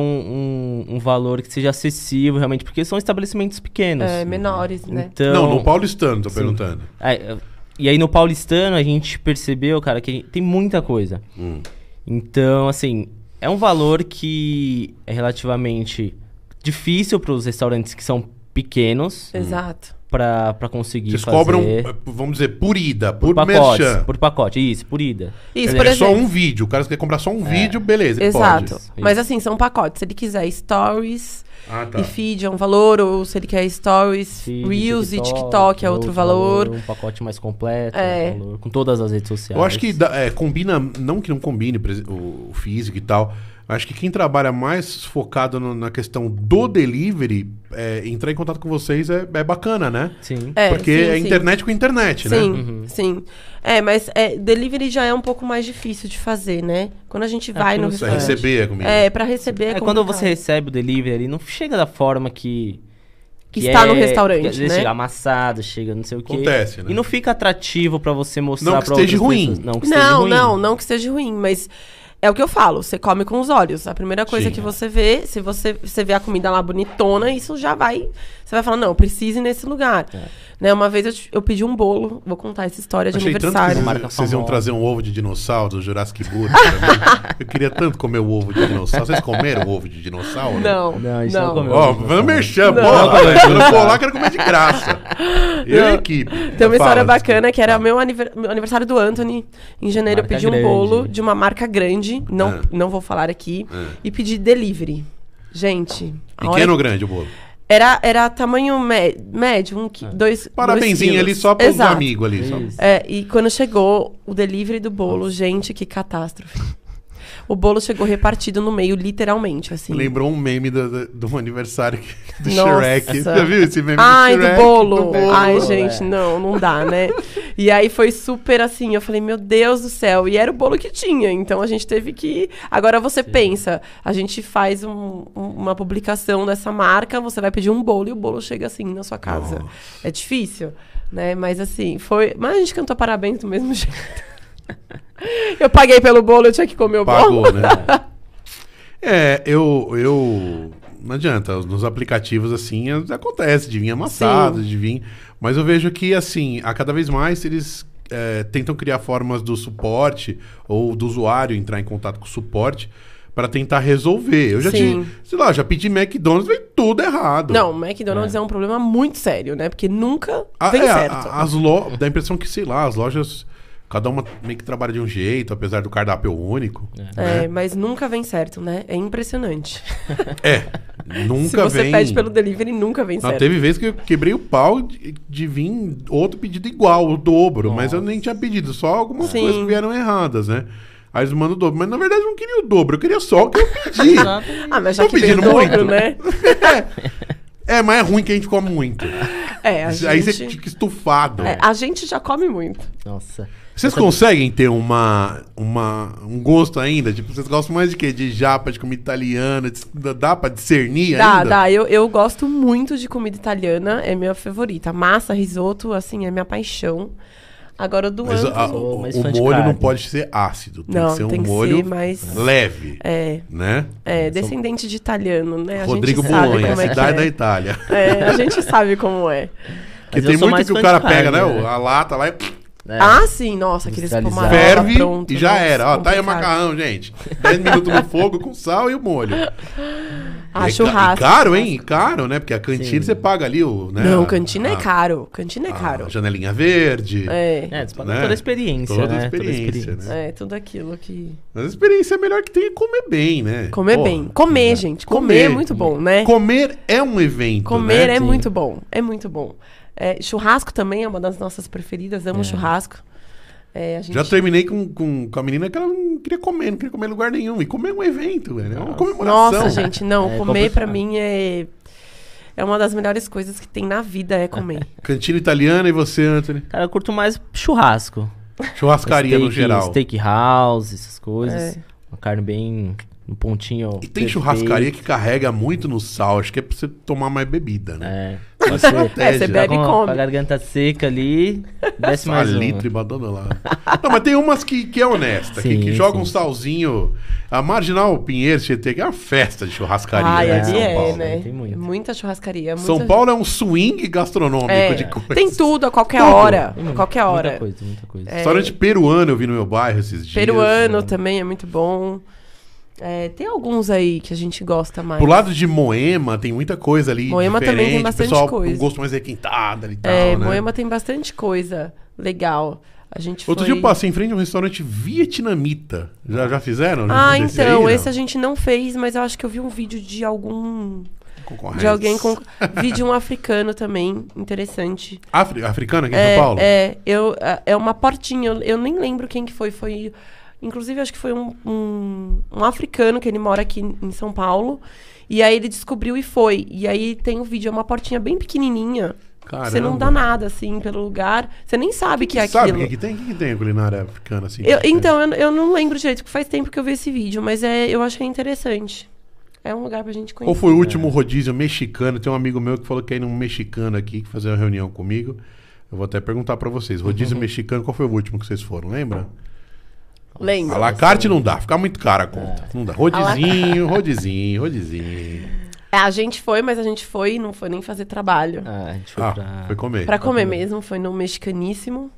um, um valor que seja acessível realmente, porque são estabelecimentos pequenos. É, menores, né? Então, Não, no paulistano, tô perguntando. É, e aí no paulistano a gente percebeu, cara, que tem muita coisa. Hum. Então, assim, é um valor que é relativamente difícil para os restaurantes que são pequenos Exato. para conseguir Vocês fazer. cobram, eh, vamos dizer, por ida, por, por pacote, merchan. por pacote, isso, por ida. Isso, Quer por dizer, é só exemplo. um vídeo. O cara quer comprar só um É. vídeo, beleza. ele Exato. pode. Isso, Mas isso. assim, são pacotes. Se ele quiser stories Ah, tá. e feed é um valor, ou se ele quer stories, Feed, reels e TikTok é outro valor. Um pacote mais completo, É. um valor, com todas as redes sociais. Eu acho que dá- é, combina, não que não combine presen- o, o físico e tal. Acho que quem trabalha mais focado no- na questão do delivery, é, entrar em contato com vocês é, é bacana, né? Sim. É, Porque sim, é sim. internet com internet, né? Sim, sim. É, mas é, delivery já é um pouco mais difícil de fazer, né? Quando a É, gente vai porque no você Pra restaurante. receber a comida. É, pra receber. É, quando você complicado. recebe o delivery ali, não chega da forma que. Que está no é- restaurante, que às vezes né? chega amassado, chega não sei o quê. Acontece, né? E não fica atrativo pra você mostrar Não pra que esteja outras ruim. pessoas. Não, que esteja Não, ruim. não, não que seja ruim, mas é o que eu falo, você come com os olhos. A primeira coisa Sim. que você vê, se você, você vê a comida lá bonitona, isso já vai. Você vai falar, não, eu preciso ir nesse lugar. É. Né, uma vez eu, te- eu pedi um bolo, vou contar essa história de Achei tanto que aniversário. vocês, Marca vocês iam famosa. trazer um ovo de dinossauro do Jurassic World. pra mim. Eu queria tanto comer o ovo de dinossauro. Vocês comeram o ovo de dinossauro? Não, Não, a não. gente não comeu. Ó, vamos mexer, pô, Não. lá, velho. Quando eu for lá, eu quero comer de graça. Eu e a Não. equipe. Tem uma história Fala, bacana desculpa. que era meu aniver- meu aniversário do Anthony. Em janeiro Marca eu pedi um grande. bolo de uma marca grande, não, É. Ah. não vou falar aqui, e pedi delivery. Gente, a hora Pequeno ou grande o bolo? Era, era tamanho mé- médio, um, qui- dois. Parabenzinho dois ali quilos. só um pros Exato. amigos ali. só. Isso. É, e quando chegou o delivery do bolo, gente, que catástrofe. O bolo chegou repartido no meio, literalmente, assim. Lembrou um meme do, do, do aniversário que- do Nossa. Shrek. Já viu esse meme Ai, do né? Shrek? do bolo. bolo. Ai, Do bolo, gente, é. não, não dá, né? E aí foi super assim, eu falei, meu Deus do céu. E era o bolo que tinha, então a gente teve que... Agora você pensa, a gente faz um- um- uma publicação dessa marca, você vai pedir um bolo e o bolo chega assim na sua casa. É difícil, né? Mas assim, foi... Mas a gente cantou parabéns do mesmo jeito. Eu paguei pelo bolo, eu tinha que comer o bolo. Pagou, né? É, eu, eu. Não adianta, nos aplicativos assim as- acontece de vir amassado, de vir. Mas eu vejo que, assim, a cada vez mais eles é, tentam criar formas do suporte ou do usuário entrar em contato com o suporte para tentar resolver. Eu já Sim. tive, sei lá, já pedi McDonald's, veio tudo errado. Não, McDonald's é. um problema muito sério, né? Porque nunca A- vem é, a- certo. a- as lo... Dá a impressão que, sei lá, as lojas, cada uma meio que trabalha de um jeito, apesar do cardápio único. né? É, mas nunca vem certo, né? É impressionante. É, nunca Se você vem... pede pelo delivery, nunca vem Não, certo. teve vezes que eu quebrei o pau de, de vir outro pedido igual, o dobro, mas eu nem tinha pedido, só algumas Sim. coisas vieram erradas, né? Aí eles mandam o dobro, mas na verdade eu não queria o dobro, eu queria só o que eu pedi. Exato. Ah, mas Tô né? já que veio pedindo dobro, muito. né? É, mas é ruim que a gente come muito. É, a Aí você gente... fica né? estufado. é, a gente já come muito. Nossa. Vocês conseguem ter uma, uma, um gosto ainda? Tipo, vocês gostam mais de quê? De japa, de comida italiana? de- dá- dá pra discernir Dá, ainda? dá. Eu, eu gosto muito de comida italiana, é minha favorita. Massa, risoto, assim, é minha paixão. Agora do Mas ano. a- Sou o, mais o fã de molho não carne. pode ser ácido. Tem que Não, ser um tem que molho ser mais- leve, É, né? é, descendente de italiano, né? A Rodrigo gente sabe Bolonha, como é cidade da que Itália. é. é. A gente sabe como é. Porque tem eu muito sou mais que o fã cara de carne, pega, né? né? o- A lata lá e É. Ah, sim, nossa, aqueles Industrializado. pomarola ferve pronto, e já nossa, era. Ó, tá aí o complicado. macarrão, gente. 10 minutos no fogo com sal e o molho. E é Ah, ca- churrasco. E caro, hein? E caro, né? Porque a cantina Sim. você paga ali o... Né? Ah, Não, cantina a- é caro. Cantina é a- caro. A janelinha verde. É. É, você paga Né? toda a experiência, Toda a né? experiência, né? É, tudo aquilo que. Mas a experiência melhor que tem é comer bem, né? Comer Porra. bem. Comer, gente. Comer, é muito bom, né? Comer é um evento, Comer né? é Sim. muito bom. É muito bom. É, churrasco também é uma das nossas preferidas. Amo churrasco. É, a gente... Já terminei com, com, com a menina que ela não queria comer, não queria comer em lugar nenhum. E comer é um evento, velho. É uma comemoração. Nossa, gente, não. É comer pra complicado. mim é. É uma das melhores coisas que tem na vida é comer. Cantina italiana e você, Anthony? Cara, eu curto mais churrasco. Churrascaria no Steak- geral. Steak house, essas coisas. É. Uma carne bem no pontinho. E tem churrascaria que carrega muito no sal. Acho que é pra você tomar mais bebida, né? É. Uma Você É, você estratégia. bebe e com a- com come. a garganta seca ali, desce mais uma. Salitre e badana lá. Não, mas tem umas que, que é honesta, que, Sim, que joga um sim. salzinho. A Marginal Pinheiro Tietê, que é uma festa de churrascaria Ai, em ali São é, Paulo. né? Tem muito. Muita churrascaria. Muita... São Paulo é um swing gastronômico é, de coisa. Tem tudo, a qualquer Tudo. hora. Tem A muito- qualquer hora. Hum, Muita coisa, muita coisa. Restaurante peruano eu vi no meu bairro esses dias. é. Peruano também é muito bom. É, tem alguns aí que a gente gosta mais. Pro lado de Moema tem muita coisa ali. Moema também diferente, tem bastante pessoal coisa. Com gosto mais requintado ali e tal. é, né? Moema tem bastante coisa legal. A gente Outro foi... dia eu passei em frente a um restaurante vietnamita. Já, já fizeram? Ah, um Desse então, aí, esse não? a gente não fez, mas eu acho que eu vi um vídeo de algum. Concorrentes. De alguém com. Vi de um africano também, interessante. Afri- Africano aqui em É, São Paulo? é, eu, é uma portinha, eu, eu nem lembro quem que foi. Foi. Inclusive, acho que foi um, um, um africano que ele mora aqui em São Paulo. E aí ele descobriu e foi. E aí tem o vídeo, é uma portinha bem pequenininha. Caramba. Você não dá nada, assim, pelo lugar. Você nem sabe que, é Sabe o aquilo. que, que tem? O que, que tem a culinária africana assim? Eu- então, eu, eu não lembro direito, porque faz tempo que eu vi esse vídeo, mas é, eu achei interessante. É um lugar pra gente Qual conhecer. foi o último rodízio mexicano? Tem um amigo meu que falou que ia num mexicano aqui, que fazia uma reunião comigo. Eu vou até perguntar pra vocês. Rodízio Uhum. mexicano, qual foi o último que vocês foram, lembra? A Lembro. la carte não dá, fica muito cara a conta. Não dá. Rodizinho, rodizinho, rodizinho. É, a gente foi, mas a gente foi e não foi nem fazer trabalho. Ah, a gente foi Ah, pra... foi comer. Pra comer mesmo, foi no mexicaníssimo.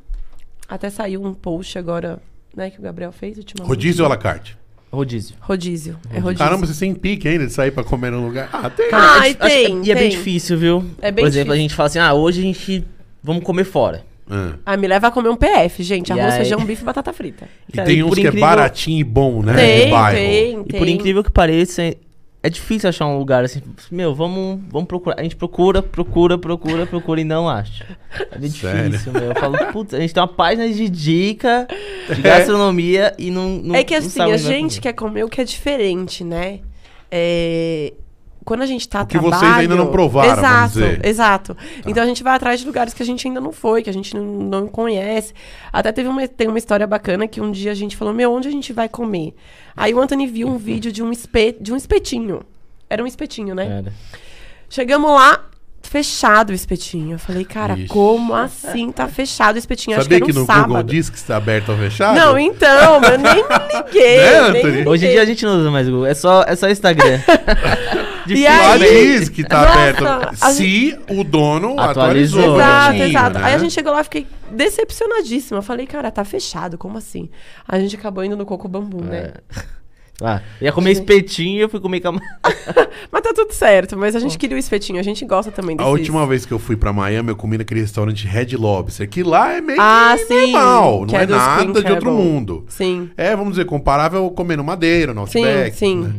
Até saiu um post agora, né, que o Gabriel fez ultimamente. Rodízio ou à la carte? Rodízio. Rodízio. É rodízio. Caramba, você tem pique ainda de sair pra comer num lugar. Ah, tem. Ah, É e dif- acho que- tem, E é bem tem. difícil, viu? É bem Por exemplo, difícil. a gente fala assim, ah, hoje a gente... Vamos comer fora. Ah. Ah, me leva a comer um PF, gente. E Arroz, aí? feijão, bife e batata frita. E tem por uns que é incrível- baratinho e bom, né? tem, de bairro. tem, E tem. por incrível que pareça, é- é difícil achar um lugar assim. Meu, vamos, vamos procurar. A gente procura, procura, procura, procura e não acha. É bem Sério? difícil, meu. Eu falo, putz, a gente tem uma página de dica de gastronomia e não, não É que não assim, sabe a onde vai gente comer. quer comer o que é diferente, né? É, Quando a gente tá O que trabalho... vocês ainda não provaram, vamos Exato, dizer. Tá. exato. Então a gente vai atrás de lugares que a gente ainda não foi, que a gente não, não conhece. Até teve uma, tem uma história bacana que um dia a gente falou, meu, onde a gente vai comer? Aí o Anthony viu um vídeo de um, espe... de um espetinho. Era um espetinho, né? Cara, Chegamos lá, fechado o espetinho. Eu falei, cara, Ixi. como assim tá fechado o espetinho? Sabia Acho que, que era um no Google sábado. diz que está aberto ou fechado? Não, então, eu nem me liguei. Né, nem Anthony? me Hoje em liguei. dia a gente não usa mais Google, é só, é só Instagram. E Lá aí- diz que tá Nossa, aberto. a Se o dono Atualizou. atualizou. Exato, direitinho, exato. né? Aí a gente chegou lá e fiquei decepcionadíssima. Eu Falei, cara, tá fechado, como assim? A gente acabou indo no Coco Bambu, né? É. Ah, eu ia comer espetinho e eu fui comer camarão. Mas tá tudo certo, mas a gente queria o espetinho, a gente gosta também A desses. última vez que eu fui pra Miami, eu comi naquele restaurante Red Lobster, que lá é meio Ah, que sim, normal, que não é, é dos Queen nada de outro Crabble. mundo. Sim, É, vamos dizer, comparável ao comer no Madeira, no sim, Outback. sim. né?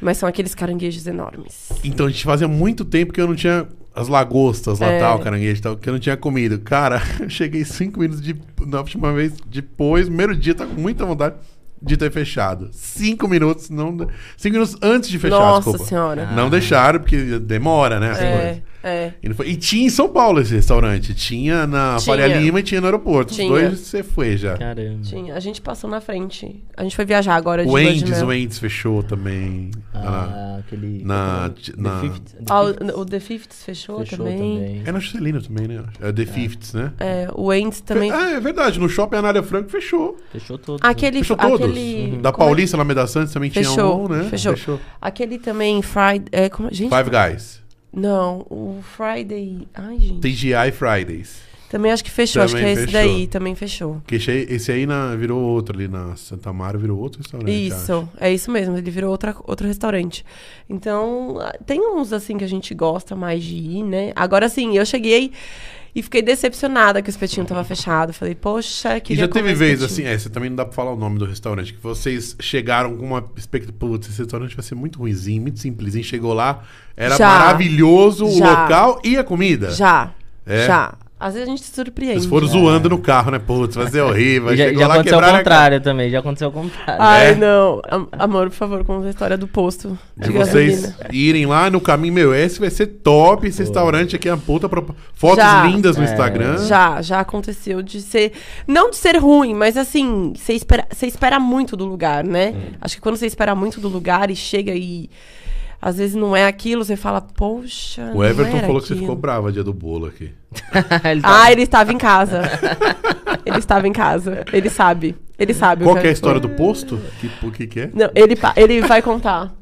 Mas são aqueles caranguejos enormes. Então a gente fazia muito tempo que eu não tinha as lagostas lá, É. tal, caranguejo e tal, que eu não tinha comido. Cara, eu cheguei cinco minutos de, na última vez, depois, primeiro dia, tá com muita vontade de ter fechado. Cinco minutos, não. Cinco minutos antes de fechar, Nossa desculpa. senhora. Não deixaram, porque demora, né? as Ah. É. coisas. É. Ele foi- E tinha em São Paulo esse restaurante. Tinha na Tinha. Faria Lima e tinha no aeroporto. Tinha. Os dois você foi já. Caramba. Tinha. A gente passou na frente. A gente foi viajar agora de O lua de Endes, mel. o Endes fechou também. Ah, Ah, aquele. Na- The na- Fifth- The Ah, Fifth o, o The Fifths fechou, fechou também. também. É na Juscelino também, né? É The Fifths, né? É, o Ends também. Ah, é verdade. No shopping Anália Franco fechou. Fechou todo. Aquele. Fechou todos. Uhum. Da aquele como é que- Paulista, Lameda Santos também tinha Fechou, um, né? fechou. Aquele também, Friday. É, como, gente, Five Guys. não, o Friday. Ai, gente. TGI Fridays. Também acho que fechou, acho que Também é esse fechou. daí, também fechou. Que esse aí, esse aí na- virou outro ali na Santa Mara, virou outro restaurante. acho. Isso, é isso mesmo, ele virou outra, outro restaurante. Então, ah, tem uns assim que a gente gosta mais de ir, né? Agora sim, eu cheguei e fiquei decepcionada que o espetinho tava fechado. Falei, poxa, que E já teve vez assim, é, você também não dá pra falar o nome do restaurante, que vocês chegaram com uma expectativa, putz, esse restaurante vai ser muito ruimzinho, muito simplesinho. Chegou lá, era Já. maravilhoso o Já. local e a comida. Já, É? já. Às vezes a gente se surpreende. Vocês foram É. zoando no carro, né? Putz, vai ser horrível. E Já, Chegou já lá, aconteceu quebraram ao a cara. contrário também, já aconteceu ao contrário. Ai, É. não. Am- Amor, por favor, conta a história do posto. De vocês irem lá no caminho meu, esse vai ser top. Esse restaurante aqui é uma puta. propo- Fotos Já. lindas no É. Instagram. Já, já aconteceu de ser. Não de ser ruim, mas assim, você espera, você espera muito do lugar, né? Hum. Acho que quando você espera muito do lugar e chega e. Às vezes não é aquilo, você fala, poxa. O Everton falou que você ficou bravo. brava dia do bolo aqui. Ele tá- Ah, ele estava em casa. ele estava em casa. Ele sabe. Ele sabe. o Qual que é a eu- história do posto? Que, o que, que é? Não, ele, pa- ele vai contar.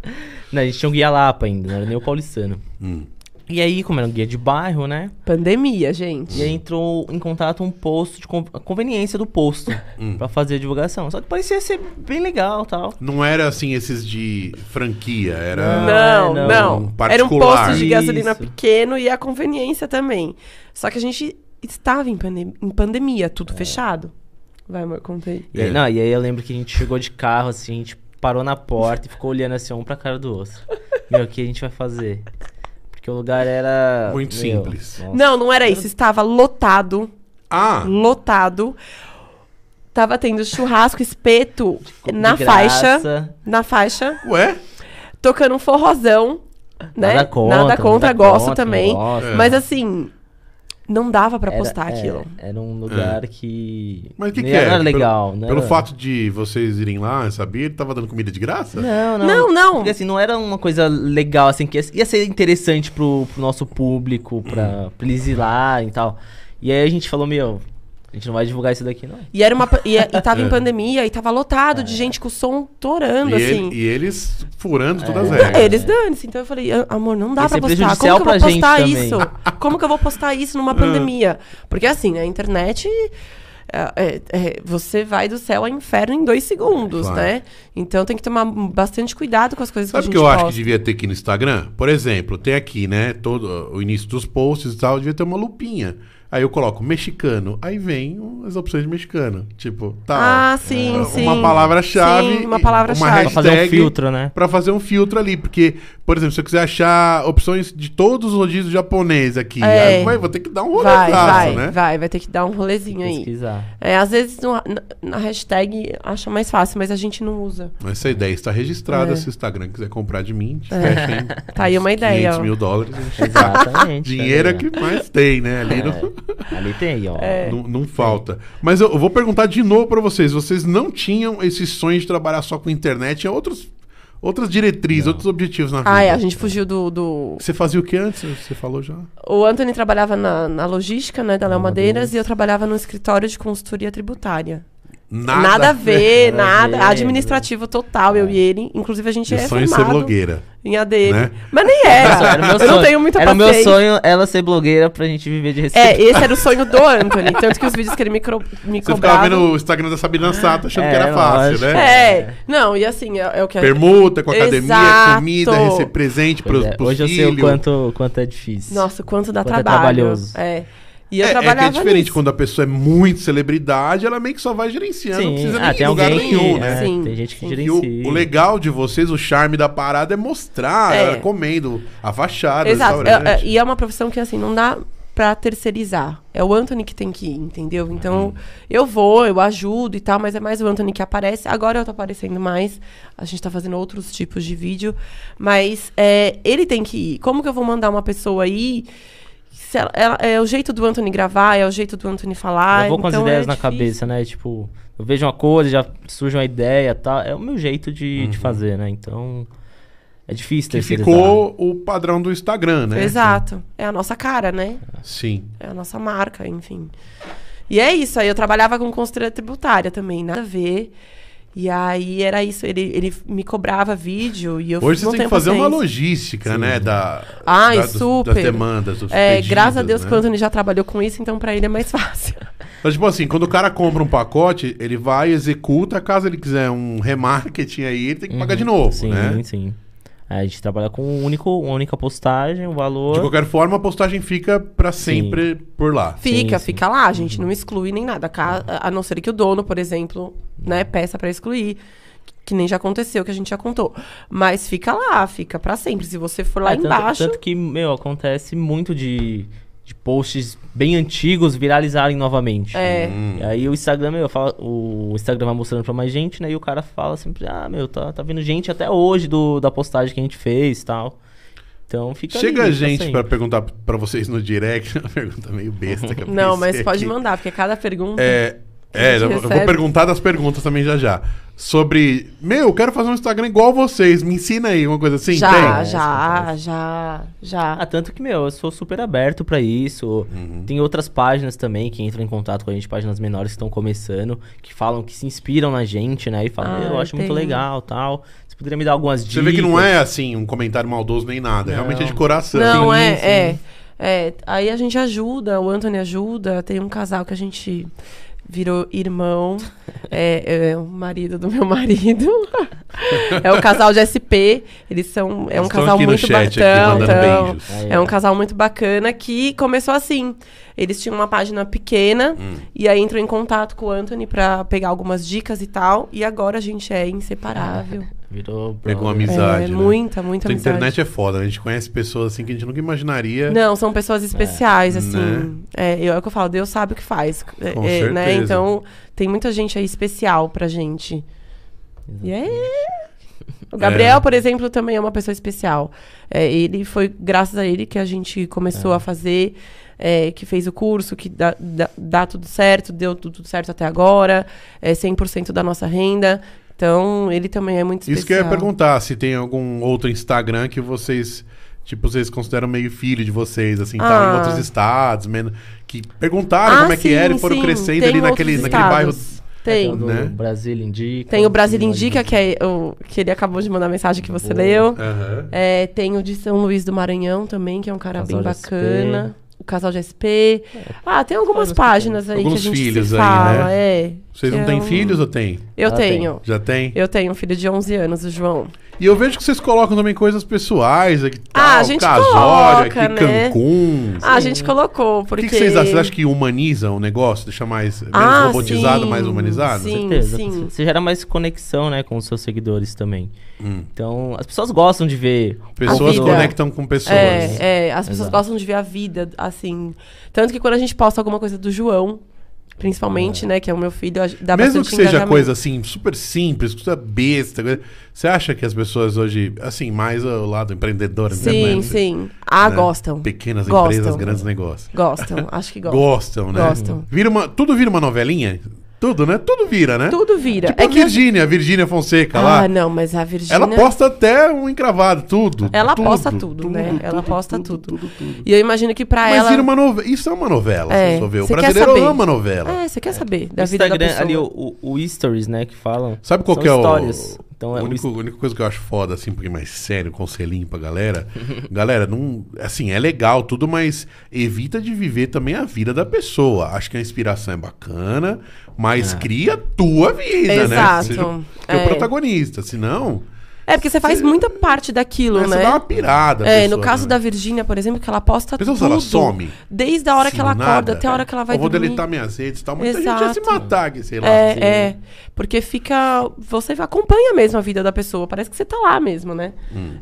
Não, a gente tinha um guia Lapa ainda, não era nem o paulistano. Hum. E aí, como era um guia de bairro, né? Pandemia, gente. E aí entrou em contato um posto de con- a conveniência do posto Hum. pra fazer a divulgação. Só que parecia ser bem legal tal. Não era assim esses de franquia, era. Não, Ah, não. não. Era um Particular. posto de gasolina Isso. pequeno e a conveniência também. Só que a gente estava em, pandem- em pandemia, tudo É. fechado. Vai, amor, contei. E aí, É. não, e aí eu lembro que a gente chegou de carro, assim, a gente parou na porta e ficou olhando assim, um pra cara do outro. Meu, o que a gente vai fazer? Porque o lugar era. Muito meu, simples. nossa. Não, não era isso. Estava lotado, Ah! lotado. Tava tendo churrasco, espeto De na graça. faixa, né? na faixa, Ué? tocando um forrozão, né? Nada contra. contra, gosto também. É. gosto. Mas assim, não dava pra postar Era- aquilo. é, Era um lugar que. Mas o que, não que é? era legal, pelo, né? Pelo fato de vocês irem lá, sabia? Ele tava dando comida de graça? Não, não. Não, não. Porque assim, não era uma coisa legal, assim, que ia- ia ser interessante pro, pro nosso público, Hum. pra, pra eles ir lá e tal. E aí a gente falou, meu, a gente não vai divulgar isso daqui, não. E era uma pa- e, e tava É. em pandemia e tava lotado de gente com o som torando, E, assim. ele- e eles furando É. todas as Não, regras. eles dane-se. Então eu falei, "Ah, amor, não dá Isso pra postar. é Como prejudicial que eu vou pra gente postar também." isso? Como que eu vou postar isso Ah. numa pandemia? Porque assim, a internet. é, é, é, você vai do céu ao inferno em dois segundos, Claro. né? Então tem que tomar bastante cuidado com as coisas Sabe o que que a gente eu acho que posta. devia ter aqui no Instagram? Por exemplo, tem aqui, né? Todo o início dos posts e tal, devia ter uma lupinha. Aí eu coloco mexicano, aí vem o- as opções de mexicano. Tipo, tá. Ah, sim, uma sim. palavra-chave. Sim, uma e- palavra-chave. Pra fazer um filtro, né? Pra fazer um filtro ali, porque, por exemplo, se eu quiser achar opções de todos os rodízios japonês aqui, É. aí, vai, vou ter que dar um Vai, vai, rolezaço, né? vai, vai ter que dar um rolezinho aí. Pesquisar. É, às vezes no- na, na hashtag acha mais fácil, mas a gente não usa. Essa ideia está registrada. É. Se o Instagram quiser comprar de mim, a gente fecha em Tá aí uma ideia, 500 ó. mil dólares. a gente dá. Exatamente. Dinheiro é tá que vendo? mais tem, né? É. Ali não, Ali tem, ó. não, não falta. Mas eu eu vou perguntar de novo pra vocês. Vocês não tinham esses sonhos de trabalhar só com internet? Tinha outros, outras diretrizes, outros objetivos na vida. Ah, é, a gente fugiu do- do, Você fazia o que antes? Você falou já? O Anthony trabalhava na, na logística, né, Ah, da Léo Madeiras, e eu trabalhava no escritório de consultoria tributária. Nada, a ver, Nada a nada. ver, É. administrativo total, eu e ele. Inclusive, a gente Meu é sonho é ser formado blogueira. em ADM. né? Mas nem era. Era o meu eu não sonho. tenho muita Era o meu paciência. sonho ela ser blogueira pra gente viver de receita. É, esse era o sonho do Anthony. Tanto que os vídeos que ele me, cro- me Você ficava cobrava... vendo o Instagram da Sabrina Sato achando É, que era fácil, lógico. né? um- É, não, e assim, é, é o que... a- Permuta com academia, Exato. comida, receber presente Pois pros, é, pros Hoje eu sei filhos. o quanto, quanto é difícil. Nossa, quanto dá Quanto é trabalho. trabalhoso. É. E eu é, é que trabalhava é diferente, nisso. quando a pessoa é muito celebridade, ela meio que só vai gerenciando, não precisa nem de lugar nenhum, ah, que, né? é, Sim, tem gente que sim. E o, gerencia. o legal de vocês, o charme da parada é mostrar, É. ela comendo a fachada, do Exato. É- é- restaurante. e é uma profissão que, assim, não dá pra terceirizar. É o Anthony que tem que ir, entendeu? Uhum. Então, eu vou, eu ajudo e tal, mas é mais o Anthony que aparece. Agora eu tô aparecendo mais. A gente tá fazendo outros tipos de vídeo. Mas é, ele tem que ir. Como que eu vou mandar uma pessoa aí? Se ela- ela- é o jeito do Anthony gravar, é o jeito do Anthony falar. eu vou com as então ideias é na difícil. cabeça, né? Tipo, eu vejo uma coisa, já surge uma ideia, tá? É o meu jeito de, de fazer, né? Então, é difícil Uhum. Que terceirizar. ficou o padrão do Instagram, né? Exato. É a nossa cara, né? Sim. É a nossa marca, enfim. E é isso. Aí eu trabalhava com consultoria tributária também, nada a ver. E aí era isso. Ele, ele me cobrava vídeo e eu um Hoje não você tem que tenho fazer uma paciência. logística, né? Da, Ai, da- dos- super. Das demandas, dos É, pedidos, graças a Deus né? que o Anthony já trabalhou com isso, então pra ele é mais fácil. Então, tipo assim, quando o cara compra um pacote, ele vai, executa, caso ele quiser um remarketing aí, ele tem que pagar de novo, Uhum. Sim, né? sim. É, a gente trabalha com um único, uma única postagem, um De valor. qualquer forma, a postagem fica pra sempre por lá. Fica, sim. fica lá, a Uhum. gente não exclui nem nada. Ca- A não ser que o dono, por exemplo, né, Uhum. peça pra excluir. Que nem já aconteceu, que a gente já contou. Mas fica lá, fica pra sempre. Se você for lá Ah, É, tanto- embaixo. Tanto, que, meu, acontece muito de, de posts bem antigos viralizarem novamente. É. Hum, E aí o Instagram, meu, fala- o Instagram vai mostrando pra mais gente, né? E o cara fala sempre, ah, meu, tá, tá vindo gente até hoje do, da postagem que a gente fez e tal. Então fica Chega ali, gente sempre. pra perguntar pra vocês no direct, é uma pergunta meio besta que eu Não, mas pensei pode aqui. mandar, porque cada pergunta. É, Que a é gente eu vou- eu vou recebe. perguntar das perguntas também já já. Sobre, meu, eu quero fazer um Instagram igual vocês, me ensina aí, uma coisa assim, já, tem? já, já, já. Ah, tanto que, meu, eu sou super aberto pra isso. Uhum. Tem outras páginas também que entram em contato com a gente, páginas menores que estão começando, que falam que se inspiram na gente, né? E falam, Ah, meu, eu acho muito entendi. legal tal. Você poderia me dar algumas Você dicas? vê que não é assim um comentário maldoso nem nada, realmente é de coração. Não, Sim, é, sim. é, é. Aí a gente ajuda, o Anthony ajuda. Tem um casal que a gente virou irmão. É, é o marido do meu marido. é o casal de SP. Eles são. É um Estão casal aqui no muito chat aqui, bacana. mandando tão- beijos. Aí, É ó. um casal muito bacana que começou assim. Eles tinham uma página pequena Hum. e aí entrou em contato com o Anthony pra pegar algumas dicas e tal. E agora a gente é inseparável. Virou Pegou brother. amizade. é, né? muita, muita Essa amizade. internet é foda, né? A gente conhece pessoas assim que a gente nunca imaginaria. Não, são pessoas especiais, assim. Né? É, eu, é o que eu falo, Deus sabe o que faz. É, Com é, né? certeza. Então, tem muita gente aí especial pra gente. E é. O Gabriel, por exemplo, também é uma pessoa especial. É, ele foi graças a ele que a gente começou a fazer, é, que fez o curso, que dá, dá, dá tudo certo, deu tu- tudo certo até agora, é 100% da nossa renda. Então, ele também é muito especial. Isso que eu ia perguntar, se tem algum outro Instagram que vocês, tipo, vocês consideram meio filho de vocês, assim, estavam em Ah. outros estados, men- que perguntaram Ah, como é que sim, era e foram sim, crescendo tem ali naquele, outros naquele bairro. estados. Tem Tem. o do né? Brasil Indica. Tem o Brasil Indica, que, é o, que ele acabou de mandar mensagem que você Boa. leu. Aham. É, tem o de São Luís do Maranhão também, que é um cara Casal bem de SP. bacana. O Casal de SP. Ah, tem algumas páginas aí Alguns que a gente filhos se aí, né? fala. é, Vocês que não é têm um- filhos ou tem? Eu Ah, tenho. Já tem? Eu tenho um filho de 11 anos, o João. E eu vejo que vocês colocam também coisas pessoais aqui. Ah, a tal, gente Casório, coloca, aqui, né? Cancún. Ah, a gente colocou, o que, porque... que vocês acham? Vocês acham que humaniza o negócio? Deixa mais menos Ah, robotizado, sim, mais humanizado? sim. Certeza. assim, Sim. Você gera mais conexão, né, com os seus seguidores também. Então, as pessoas gostam de ver. Hum. Pessoas A vida. conectam com pessoas. É, é, as pessoas Exato. gostam de ver a vida, assim. Tanto que quando a gente posta alguma coisa do João, principalmente, né, que é o meu filho, a- dá Mesmo bastante que seja engajamento. coisa assim, super simples, coisa besta, coisa- você acha que as pessoas hoje, assim, mais o lado empreendedor, Sim, né? sim. Ah, Né? gostam. pequenas Gostam. empresas, grandes negócios. Gostam, acho que gostam. Gostam, né? Gostam. Vira uma, tudo vira uma novelinha? Tudo, né? Tudo vira, né? Tudo vira. Tipo é a que a Virgínia, a Virgínia Fonseca Ah, lá. não, mas a Virgínia... Ela posta até um encravado, tudo. Ela tudo, posta tudo, né? Ela posta tudo. E eu imagino que pra Mas ela... vira uma novela. Isso é uma novela, É, se você ver. O você quer brasileiro saber. ama novela. É, você quer saber da o vida da Instagram, pessoa. ali, o, o, o stories, né, que falam. Sabe qual são que é o. histórias. Então, é a o um única, única coisa que eu acho foda, assim, porque mais sério, conselhinho pra galera. galera, não. Assim, é legal tudo, mas evita de viver também a vida da pessoa. Acho que a inspiração é bacana, mas cria a tua vida, né? Ah. Exato. Seja o teu É. protagonista, senão. É, porque você faz muita parte daquilo, né, Você né? dá uma pirada. à É, pessoa, no caso né? da Virgínia, por exemplo, que ela posta Pessoa, se tudo. ela some. Desde a hora que Sim, ela nada. né? acorda até a hora que ela vai Eu vou dormir. deletar minhas redes e tal. Muita gente ia se Exato. matar, aqui, sei lá. assim. É, é. Porque Hum, fica. Você acompanha mesmo a vida da pessoa. Parece que você tá lá mesmo, né?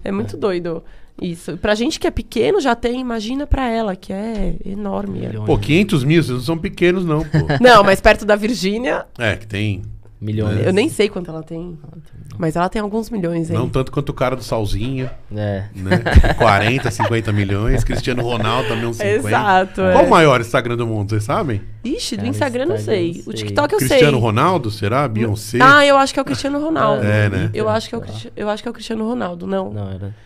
É muito doido. Isso. Pra gente que é pequeno já tem, imagina pra ela, que é enorme. Milhões. Pô, 500 mil, vocês não são pequenos, não, pô. Não, mas perto da Virgínia, É, que tem. Milhões. É. eu nem sei quanto ela tem. Mas ela tem alguns milhões aí. Não tanto quanto o cara do Salzinho, É. né? 40, 50 milhões. Cristiano Ronaldo também uns 50. Exato. é. Qual o maior Instagram do mundo, vocês sabem? Ixi, do Cara, Instagram eu não Instagram eu sei. não O sei. TikTok eu tá Cristiano sei. Ronaldo, será? Beyoncé? Ah, eu acho que é o Cristiano Ronaldo. É, né? Eu acho que é o, Cristi- eu acho que é o Cristiano Ronaldo, não. Não, era.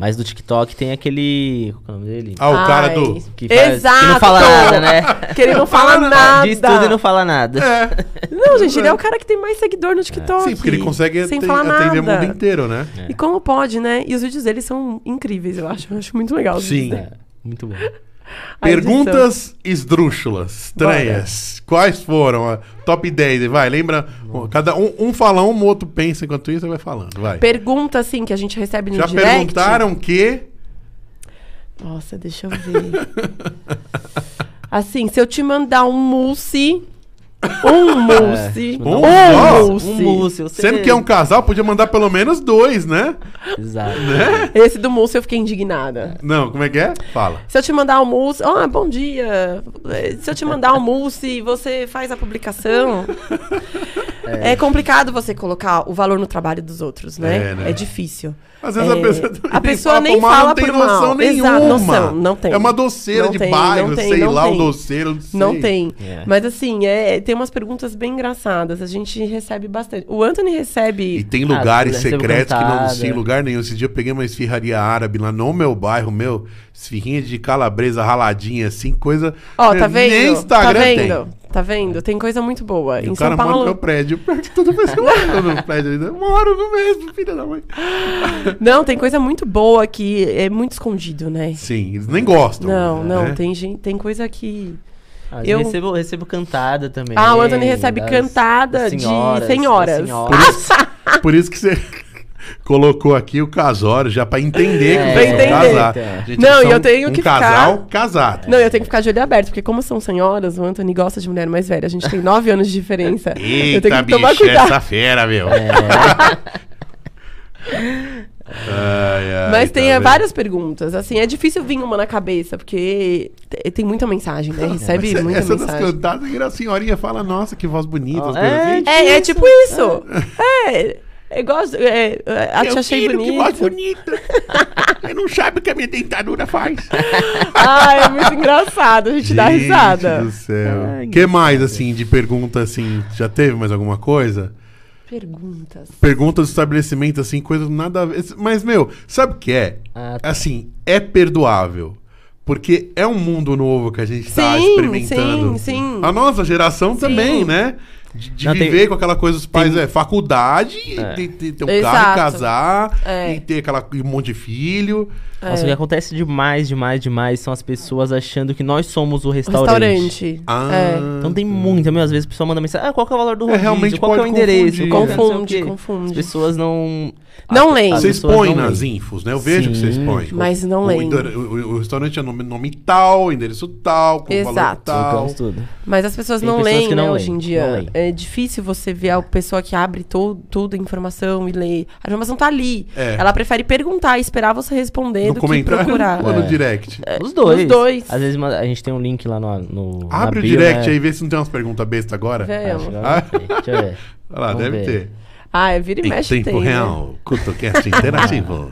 Mas do TikTok tem aquele. Qual que é o nome dele? Ah, o cara do. Ai. Que faz- Exato! que não fala nada, né? Que ele não fala nada. Diz tudo e não fala nada. É. Não, gente, ele é o cara que tem mais seguidor no TikTok. Sim, porque ele consegue sem aten- falar atender o nada. mundo inteiro, né? E como pode, né? E os vídeos dele são incríveis, eu acho. Eu acho muito legal. os Sim. vídeos então, dele. É, muito bom. A edição. Perguntas esdrúxulas, estranhas. Quais foram? a Top 10, vai, lembra. Cada um, um fala um, o outro pensa enquanto isso, você vai falando, vai. Pergunta, assim, que a gente recebe no Já direct. perguntaram que. Nossa, deixa eu ver. assim, se eu te mandar um mousse... Um mousse... te um mandar um mousse... Um mousse, eu sei. Sendo que é um casal, podia mandar pelo menos dois, né? Exato. Esse do mousse eu fiquei indignada. Não, como é que é? Fala. Se eu te mandar um mousse, ah, bom dia. Eh, Se eu te mandar um mousse, você faz a publicação. É. complicado você colocar o valor no trabalho dos outros, né? É, É, né? difícil. Às vezes a É, pessoa, também a pessoa nem mas fala não tem por noção mal. nenhuma. Exato, noção, não tem. É uma doceira Não de tem, bairro, não tem, sei não lá, um tem. doceiro. Não, sei. Não tem. É. Mas assim, é, tem umas perguntas bem engraçadas. A gente recebe bastante. O Anthony recebe. E tem lugares Ah, recebo secretos que não cantada. sei lugar nenhum. Esse dia eu peguei uma esfirraria árabe lá no meu bairro, meu. Esfirrinha de calabresa raladinha, assim, coisa. Ó, tá Nem vendo? Instagram tá tem. vendo? Tá vendo? Tem coisa muito boa. E em o cara São mora no meu Paulo. prédio. Toda vez que eu moro no prédio, eu moro no mesmo, filha da mãe. Não, tem coisa muito boa que é muito escondido, né? Sim, eles nem gostam. Não, não, né? tem, gente, tem coisa que. Ah, Eu- eu recebo, recebo cantada também. Ah, o Anthony recebe das- cantada das de senhoras, das senhoras. Ah! Por isso, por isso que você colocou aqui o casório, já pra entender que vocês É, pra vão entender. casar. Então. Gente, Não, são e eu tenho um que casal casado. Não, eu tenho que ficar de olho aberto, porque como são senhoras, o Anthony gosta de mulher mais velha. A gente tem nove anos de diferença. eu tenho Eita, que tomar bicho, cuidado. essa fera, meu. É. Ai, ai, Mas tem tá é, vendo? várias perguntas. Assim, é difícil vir uma na cabeça, porque te- tem muita mensagem, né? Recebe Essa- muita Essa é das mensagem. cantadas, a senhorinha fala, nossa, que voz bonita. as É, coisas assim. tipo É, é tipo isso. É. Eu gosto. É, é, ah, te Meu achei filho, que voz bonito. bonita. Você não sabe o que a minha dentadura faz. Ah, é muito engraçado. A gente dá risada. do céu. Ai, que mais, assim, de pergunta, assim, já teve mais alguma coisa? Perguntas. Pergunta do estabelecimento, assim, coisa nada a ver. Mas, meu, sabe o que é? Ah, tá. Assim, é perdoável. Porque é um mundo novo que a gente tá Sim, experimentando. sim, sim. A nossa geração também, né? De, de Não, tem- É. viver com aquela coisa dos pais, é faculdade, e ter, ter- ter um carro, Exato. casar, É. e ter aquela, e um monte de filho. Nossa, o que acontece demais, demais, demais são as pessoas achando que nós somos o restaurante. Restaurante. Ah, É. Então tem muita, meu, às vezes a pessoa manda mensagem, ah, qual que é o valor do É, rodízio, realmente qual que é o pode confundir. endereço, qual que é não sei o Confunde, quê. confunde. As pessoas não... Não leem. Então, as Vocês pessoas põem não nas leem. infos, né? Eu vejo que vocês Sim. põem. Mas não o, leem. O, o- o restaurante é nome, nome tal, endereço tal, com Exato. valor Colocamos tal. Então, tudo. Mas as pessoas Tem não pessoas leem, que não né, leem, hoje em não dia. leem. É difícil você ver a pessoa que abre to- toda a informação e lê. A informação tá ali. É. Ela prefere perguntar e esperar você responder No do que comentário procurar. ou no É. direct? Os dois. os dois. Às vezes manda- a gente tem um link lá no... no na Abre o bio, direct né? aí, Ah. vê se não tem umas perguntas besta agora. Vem. Acho que agora não tem. Deixa eu ver. Olha lá, Vamos deve ver. ter. Ah, é vira e mexe tem, né? CutoCast interativo.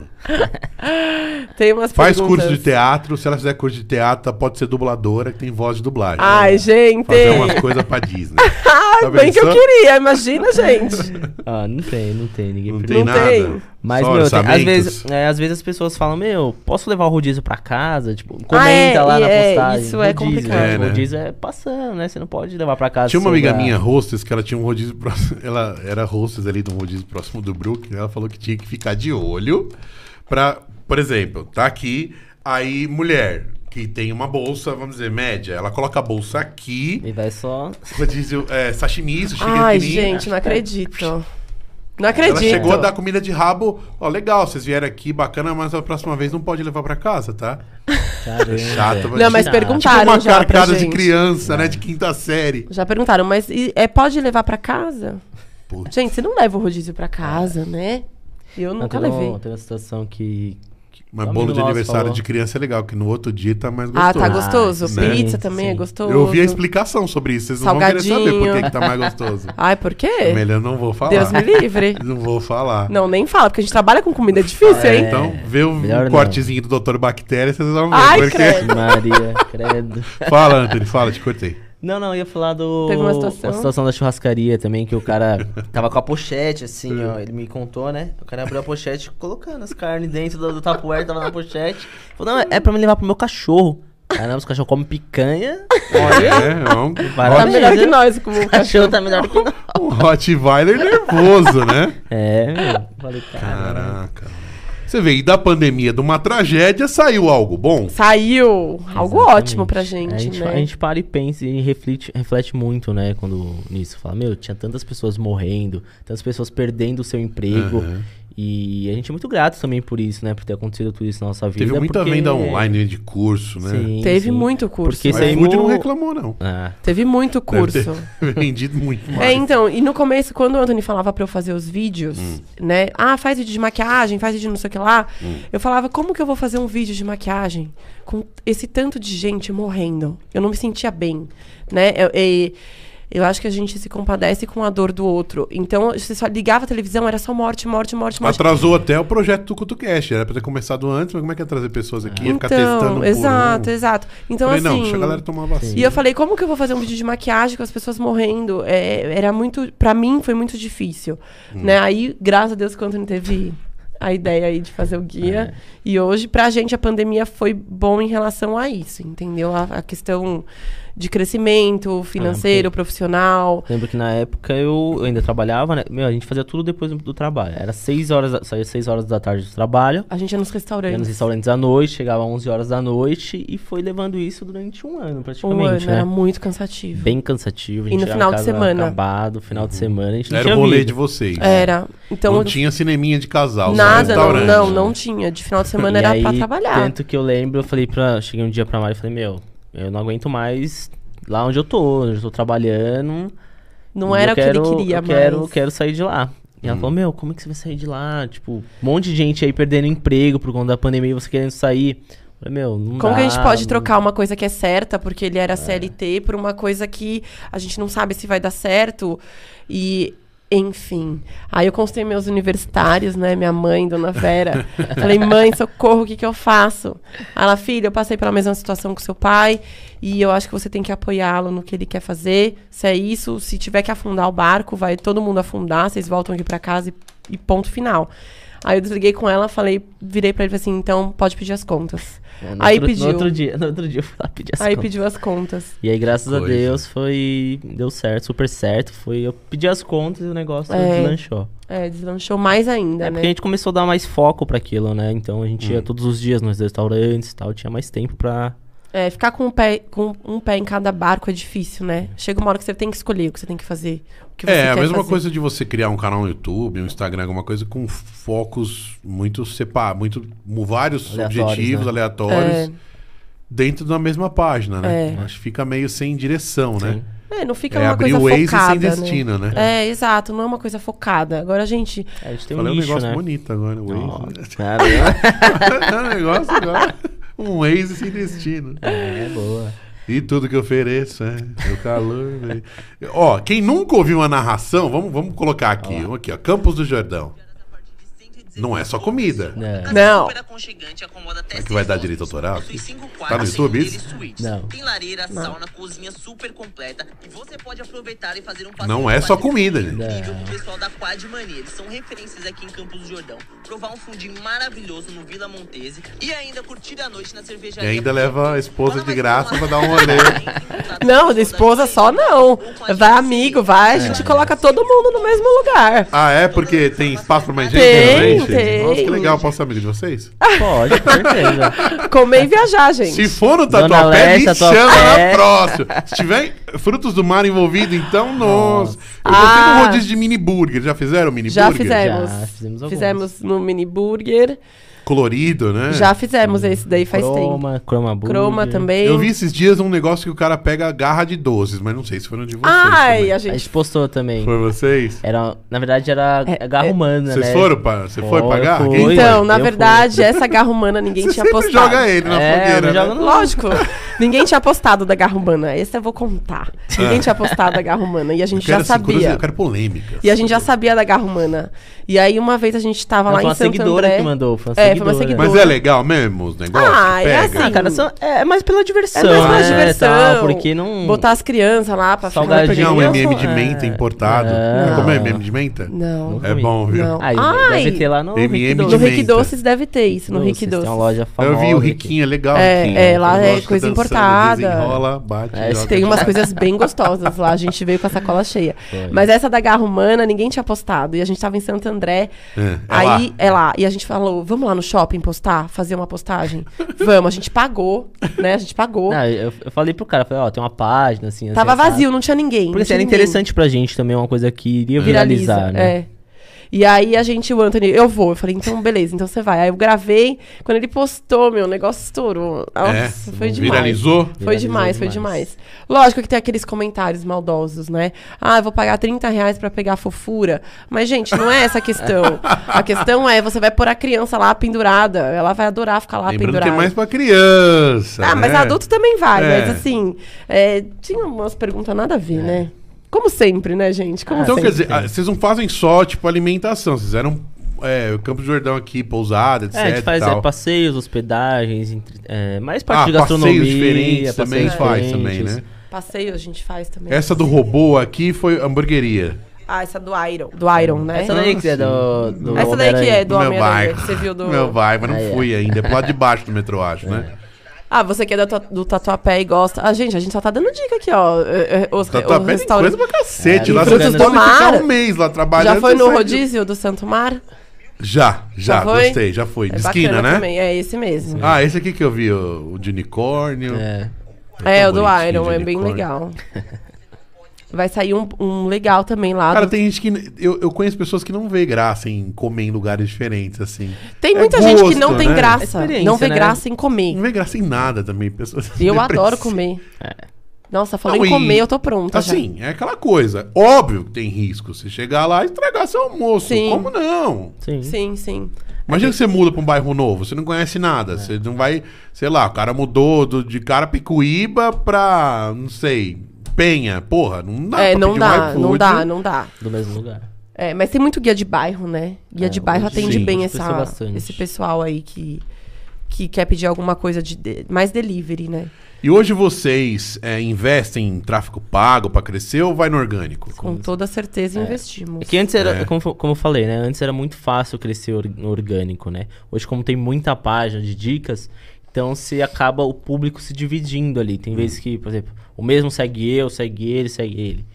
Tem umas Faz perguntas. curso de teatro, se ela fizer curso de teatro, ela pode ser dubladora, que tem voz de dublagem. Ai, gente. Fazer umas coisas pra Disney. Ah, Tá bem que eu pensando? queria, imagina, gente. Ah, não tem, não tem. Ninguém Não pergunta. tem Não nada. tem. Mas, Só meu, tem- às, orçamentos. vezes, é, às vezes as pessoas falam, meu, posso levar o rodízio pra casa? Tipo, comenta é, lá e na é, postagem. isso é rodízio, complicado. É, né? né? Rodízio é passando, né? Você não pode levar pra casa. Tinha uma se amiga sobrar. minha, hostess, que ela tinha um rodízio próximo. Ela era hostess ali de um rodízio próximo do Brook. né? Ela falou que tinha que ficar de olho pra. Por exemplo, tá aqui, aí mulher que tem uma bolsa, vamos dizer, média. Ela coloca a bolsa aqui, E vai só... rodízio é, sashimi, sushi Ai, pequenininho. gente, não acredito. Não Ela acredito. chegou a dar comida de rabo. Ó, legal, vocês vieram aqui, bacana, mas a próxima vez não pode levar pra casa, tá? Caramba. Chato, É. Não, mas tipo perguntaram uma já pra carcada de gente. É. criança, né? De quinta série. Já perguntaram, mas e- é, pode levar pra casa? Putz. É. Gente, você não leva o rodízio pra casa, né? Eu Não, nunca teve, um- levei. teve uma situação que, que Mas Um bolo amigo de nosso aniversário falou. de criança é legal, que no outro dia tá mais gostoso. Ah, tá gostoso? né? Pizza Sim, também é sim. gostoso. Eu ouvi a explicação sobre isso, vocês não vão querer saber por que, que tá mais gostoso. Ai, por quê? É Melhor não vou falar. É. Deus me livre. Não vou falar. Não, nem fala, porque a gente trabalha com comida difícil, É, hein? Então, vê o melhor não. cortezinho do Dr. Bactéria, vocês vão ver. Ai, porque- credo. Maria, credo. Fala, Anthony, fala, te cortei. Não, não, eu ia falar do. Teve uma situação? a situação da churrascaria também, que o cara tava com a pochete, assim, ó. Ele me contou, né? O cara abriu a pochete colocando as carnes dentro do, do tapoer, tava na pochete. Falou, não, é pra me levar pro meu cachorro. "Ah, Caramba, os cachorros comem picanha. Olha, É, é um, Parabéns. Tá Hot- melhor Ótimo. que nós, como o o cachorro tá melhor que nós. um Rottweiler nervoso, né? É, meu. Falei, cara. Caraca. Você vê, e da pandemia, de uma tragédia, saiu algo bom. Saiu algo Exatamente. ótimo pra gente, a gente, né? fa- a gente para e pensa e reflete, reflete muito, né, quando nisso. Fala, meu, tinha tantas pessoas morrendo, tantas pessoas perdendo o seu emprego. Aham. E a gente é muito grato também por isso, né, por ter acontecido tudo isso na nossa vida. Teve muita porque- venda online de curso, né? Sim, Teve sim. muito curso. Porque O isso aí iFood mo- não reclamou, não. Ah, Teve muito curso. Vendido muito mais. É, então, e no começo, quando o Anthony falava pra eu fazer os vídeos, Hum. né? Ah, faz vídeo de maquiagem, faz vídeo de não sei o que lá. Hum. Eu falava, como que eu vou fazer um vídeo de maquiagem com esse tanto de gente morrendo? Eu não me sentia bem, né? Eu, e- eu acho que a gente se compadece com a dor do outro. Então, você só ligava a televisão, era só morte, morte, morte, morte. Atrasou até o projeto do CutuCast. Era pra ter começado antes, mas como é que ia trazer pessoas aqui? Ia ficar testando Então, por exato, um. exato. Então, Falei, não, assim. deixa a galera tomar a vacina. E eu falei, como que eu vou fazer um vídeo de maquiagem com as pessoas morrendo? É, era muito. Pra mim foi muito difícil. Hum. Né? Aí, graças a Deus, que o Anthony teve a ideia aí de fazer o É. guia. E hoje, pra gente, a pandemia foi bom em relação a isso, entendeu? A, a questão de crescimento Ah, financeiro, profissional. Lembro que na época eu, eu ainda trabalhava, né? Meu, a gente fazia tudo depois do, do trabalho. Era seis horas, da- saía 6 horas da tarde do trabalho, A gente é nos ia nos restaurantes. restaurantes à noite, chegava 11 horas da noite e foi levando isso durante um ano, Um ano praticamente, né? era muito cansativo. Bem cansativo, a E gente no chegava final em de casa semana? acabado, final de semana, a gente não Uhum. Era tinha o rolê vida. de vocês. Era. Então, não tinha cineminha de casal, só nada, não, restaurante. não, não tinha. De final de semana E era aí, pra trabalhar. Tanto que eu lembro, eu falei pra. Cheguei um dia pra Mari e falei, meu, eu não aguento mais lá onde eu tô, onde eu tô trabalhando. Não E era eu o que ele quero- queria, eu mas. quero, eu quero sair de lá. E ela Uhum. falou, meu, como é que você vai sair de lá? Tipo, um monte de gente aí perdendo emprego por conta da pandemia e você querendo sair. Eu falei, meu, não Como dá, que a gente pode não- trocar uma coisa que é certa, porque ele era CLT, por uma coisa que a gente não sabe se vai dar certo? E, enfim. Aí eu consultei meus universitários, né? Minha mãe, dona Vera. Falei, mãe, socorro, o que, que eu faço? Aí Ela, filha, eu passei pela mesma situação com seu pai e eu acho que você tem que apoiá-lo no que ele quer fazer. Se é isso, se tiver que afundar o barco, vai todo mundo afundar, vocês voltam aqui pra casa e, e ponto final. Aí eu desliguei com ela, falei, virei pra ele e falei assim, então pode pedir as contas. É, no Aí outro- pediu. No outro dia, no outro dia eu fui lá pedir as Aí contas. pediu as contas. E aí, graças a Coisa. Deus, foi. Deu certo, super certo. Foi. Eu pedi as contas e o negócio É. deslanchou. É, deslanchou mais ainda, É né? porque a gente começou a dar mais foco pra aquilo, né? Então a Hum. gente ia todos os dias nos restaurantes e tal, tinha mais tempo pra. É, ficar com, o pé, com um pé em cada barco é difícil, né? Chega uma hora que você tem que escolher o que você tem que fazer. O que você É, quer a mesma fazer. coisa de você criar um canal no YouTube, um Instagram, alguma coisa com focos muito separados, muito, mu- vários Aleatórios, objetivos né? aleatórios dentro da mesma página, né? É. Acho que fica meio sem direção, né? É, não fica É uma abrir coisa o Waze focada, sem destino, né? É, exato, não é uma coisa focada. Agora, gente, É, a gente tem um Falei um nicho, negócio né? bonito agora, o Waze. Ó, né? cara, é um negócio agora. Um Waze sem destino. é boa. E tudo que eu ofereço, é. Meu calor, velho. Ó, quem nunca ouviu uma narração, vamos, vamos colocar aqui. Aqui, ó. Campos do Jordão. Não é só comida. Não. Não. Super aconchegante, acomoda até Mas que vai seis dar hóspedes. direito autoral? Possui cinco Tá no quartos, YouTube entre isso? eles suítes. Não. Tem lareira, sauna, cozinha super completa. E você pode aproveitar e fazer um passeio Não é só comida, gente. incrível com o pessoal da Quad Mania. Eles são referências aqui em Campos do Jordão. Provar um fundinho maravilhoso no Vila Montese e ainda curtir a noite na cervejaria. E ainda leva a esposa Fala de mais graça pra uma- dar um rolê. não, da esposa só não. um Vai assim. amigo, vai, É. a gente coloca todo mundo no mesmo lugar. Ah, é? Porque tem espaço pra mais gente? Tem, geralmente? tem. Nossa, que legal. Posso ser amigo de vocês? Pode, com certeza. Comer e viajar, gente. Se for no Dona Tatuapé, Leste, me Tatuapé. chama na próxima. Se tiver Frutos do Mar envolvido, então, nossa. Eu gostei Ah. do rodízio de mini burger. Já fizeram mini Já burger? fizemos. Já, fizemos alguns. fizemos no mini burger. colorido, né? Já fizemos esse daí faz tempo. croma, croma Burger. Croma também. Eu vi esses dias um negócio que o cara pega a garra de 12, mas não sei se foi no de vocês. Ai, também. a A gente gente postou também. Foi vocês? Era, na verdade, era É, garra é. humana, Vocês né? foram pra. Você foi Foi, pra garra? foi. Quem foi? Então, na Eu verdade, essa garra humana ninguém Você tinha sempre postado. joga ele na É, fogueira. eu né? jogo no- Lógico. ninguém tinha postado da garra humana. Essa eu vou contar. Ninguém tinha postado da garra humana. E Ah. a Eu gente quero, já assim, curiosidade, sabia. eu quero polêmica. E a gente já sabia da garra humana. E aí, uma vez a gente tava Não, lá foi em uma Santo seguidora André. que mandou. Foi uma É, seguidora. foi uma seguidora. Mas é legal mesmo os negócios? Ah, é Pega? assim. Ah, cara, são- é, é mais pela diversão. É mais pela né, diversão. tal, porque não. Botar as crianças lá pra ficar Salgadinho. Pegar um Eu MM sou- de menta é. importado. Não. Como é MM de menta? Não. É Não. Ah, bom, viu? Não. Aí, Ai! deve ter lá no MM Rick de No Doces. Rick menta. Doces deve ter isso, no Rick Doces, Doces. Tem uma loja famosa. Eu vi o aqui. Riquinho, é legal. É, Riquinho. é, lá Eu é gosto de coisa dançando, importada. Desenrola, bate, É, joga. Tem umas coisas bem gostosas lá, a gente veio com a sacola cheia. Mas essa da garra humana, ninguém tinha postado. E a gente tava em Santo André. É, é aí, lá. é lá. E a gente falou, vamos lá no shopping postar? Fazer uma postagem? vamos, a gente pagou, né? A gente pagou. Não, eu, eu falei pro cara, falei, ó, tem uma página, assim. assim, é tava assado. vazio, não tinha ninguém. Porque não isso tinha era ninguém. interessante pra gente também, uma coisa que iria viraliza. viralizar, né? É. E aí a gente, o Anthony, eu vou. Eu falei, então beleza, então você vai. Aí eu gravei. Quando ele postou, meu, o negócio estourou. É, Nossa, foi demais. Viralizou? Foi demais, foi demais. Lógico que tem aqueles comentários maldosos, né? Ah, eu vou pagar 30 reais pra pegar a fofura. Mas, gente, não é essa a questão. a questão é, você vai pôr a criança lá pendurada. Ela vai adorar ficar lá Lembrando que pendurada. é mais pra criança. Ah, mas né? adulto também vai. É. Mas, assim, é, tinha umas perguntas nada a É. ver, né? Como sempre, né, gente? Como Então, sempre. quer dizer, ah, vocês não fazem só, tipo, alimentação. Vocês eram é, Campo do Jordão aqui, pousada, etc. É, a gente faz e é, tal. passeios, hospedagens, entre- é, mais parte Ah, de passeios gastronomia. diferentes também passeios faz diferentes. também, né? Passeio a gente faz também. Essa do robô aqui foi hamburgueria. Ah, essa do Iron. Do Iron, né? Essa daí que é do, do Essa daí que é do meu Homem-Aranha. bairro. que Você viu do... Meu bairro, mas não Ah, é. fui ainda. É pro lado de baixo do metrô, acho, né? Ah, você que é da tua- do Tatuapé e gosta. Ah, gente, a gente só tá dando dica aqui, ó. É, é, Os, Tá os bem coisa pra cacete. É, lá e vocês frutos do podem ficar mar. um mês lá trabalhando. Já foi e no sai de- rodízio do Santo Mar? Já, já. Já foi? Gostei, já fui. É De esquina, bacana né? também, É esse mesmo. Ah, esse aqui que eu vi, o, o de unicórnio. É. é, tão o do tá bonitinho de Iron, é bem unicórnio. legal. Vai sair um, um legal também lá. Cara, do- tem gente que. Eu, eu conheço pessoas que não vê graça em comer em lugares diferentes, assim. Tem é muita gente que gosto, não tem né? graça. Experiência, Não vê né? graça em comer. Não vê graça em nada também, pessoas. E eu depressivas. adoro comer. É. Nossa, falando Não, em e- comer, eu tô pronta já. Assim, é aquela coisa. Óbvio que tem risco. Você chegar lá e estragar seu almoço. Sim. Como não? Sim. Sim, sim. Imagina que você muda pra um bairro novo, você não conhece É. nada. Você não vai, sei lá, o cara mudou do, de Carapicuíba pra, não sei, Penha. Porra, não dá é, pra não pedir um dá, iFood. não dá, não dá. Do mesmo lugar. É, mas tem muito guia de bairro, né? Guia É, de bairro hoje atende sim, bem hoje cresceu essa, bastante. esse pessoal aí que, que quer pedir alguma coisa de, de- mais delivery, né? E hoje vocês é, investem em tráfego pago pra crescer ou vai no orgânico? Com toda certeza investimos. É que antes era, É. como, fo- como eu falei, né? Antes era muito fácil crescer or- no orgânico, né? Hoje, como tem muita página de dicas, então se acaba o público se dividindo ali. Hum. Tem vezes que, por exemplo, o mesmo segue eu, segue ele, segue ele.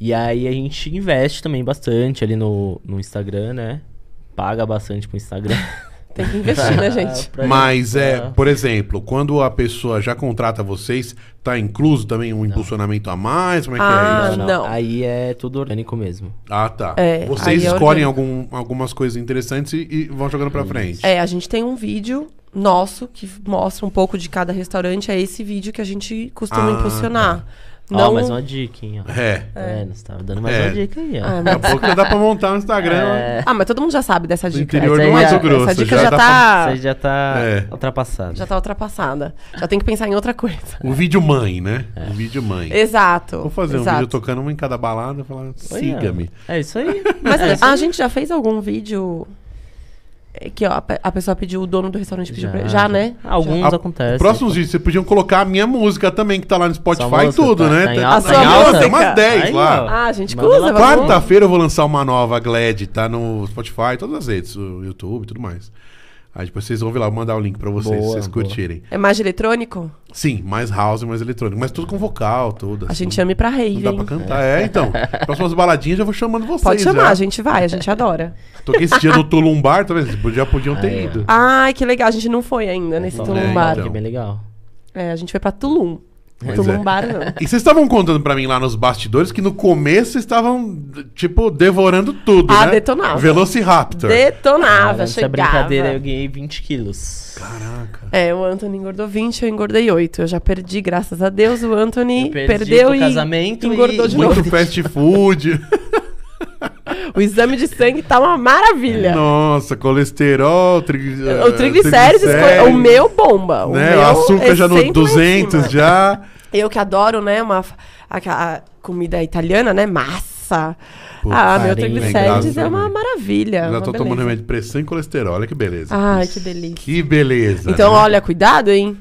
E aí a gente investe também bastante ali no, no Instagram, né? Paga bastante pro Instagram. Tem que investir, né, gente? Pra- né? Mas é, pra- por exemplo, quando a pessoa já contrata vocês, tá incluso também um impulsionamento a mais? Como é que Ah, é isso? não. Aí é tudo orgânico mesmo. Ah, tá. É, aí é vocês escolhem algum- algumas coisas interessantes e, e vão jogando pra frente. É, a gente tem um vídeo nosso que mostra um pouco de cada restaurante. É esse vídeo que a gente costuma Ah, impulsionar. Não... Não, Ó, mais uma dica, hein? Ó. É. É, você tava dando mais É. uma dica aí, ó. Ah, Daqui a pouco já dá pra montar no Instagram. É. né? Ah, mas todo mundo já sabe dessa Do dica. interior do Essa aí Mato já- Grosso. Essa dica já, dá pra- tá, Isso aí já tá É. ultrapassado. já tá ultrapassada. Já tem que pensar em outra coisa. O vídeo mãe, né? É. O vídeo mãe. Exato. Vou fazer exato. um vídeo tocando uma em cada balada e falar, Olha, siga-me. É isso aí. Mas é, a- isso a aí. gente já fez algum vídeo é, que ó, a pe- a pessoa pediu, o dono do restaurante pediu pra... Já. Já, né? Alguns A- acontecem. Próximos vídeos, vocês podiam colocar a minha música também, que tá lá no Spotify e música, tudo, tá- né? tá em alta. A sua tem música. umas 10 Aí, lá. ó. Tá Ah, a gente Manda usa, lá. vamos. Quarta-feira eu vou lançar uma nova GLAD, tá no Spotify, todas as redes, o YouTube e tudo mais. Aí depois vocês vão ver lá, vou mandar o link pra vocês, Boa, se vocês boa. curtirem. É mais de eletrônico? Sim, mais house, mais eletrônico, mas tudo com vocal, tudo. A assim. gente chama ir pra Não rave, dá pra hein? cantar. É, então. Próximas baladinhas eu já vou chamando vocês. Pode chamar, já. a gente vai, a gente adora. Toquei esse dia no Tulum Bar, talvez vocês já podiam Ah, ter é. Aí, ó. ido. Ai, que legal, a gente não foi ainda nesse Não, Tulum né, Bar. então. Que é bem legal. É, a gente foi pra Tulum. Pois Tô é. num bar, não. E vocês estavam contando pra mim lá nos bastidores que no começo vocês estavam, tipo, devorando tudo, Ah, né? detonava. Velociraptor. Detonava, Essa Ah, chegava. brincadeira eu ganhei 20 quilos. Tá Caraca. É, o Anthony engordou 20, eu engordei 8. Eu já perdi, graças a Deus. O Anthony Eu perdi perdeu pro e casamento engordou e- de novo. Muito fast food. O exame de sangue tá uma maravilha. Nossa, colesterol, trig... O triglicérides, foi- o meu bomba. O Ah, Né? meu O açúcar é já sempre lá no em 200 cima. já. Eu que adoro, né, uma, fa- a, a comida italiana, né, massa. Putz, ah, meu farinha. triglicérides Legal, é uma também. maravilha. já uma tô beleza. tomando remédio de pressão e colesterol. Olha que beleza. Ai, que delícia. Que beleza. Então, né? olha, cuidado, hein.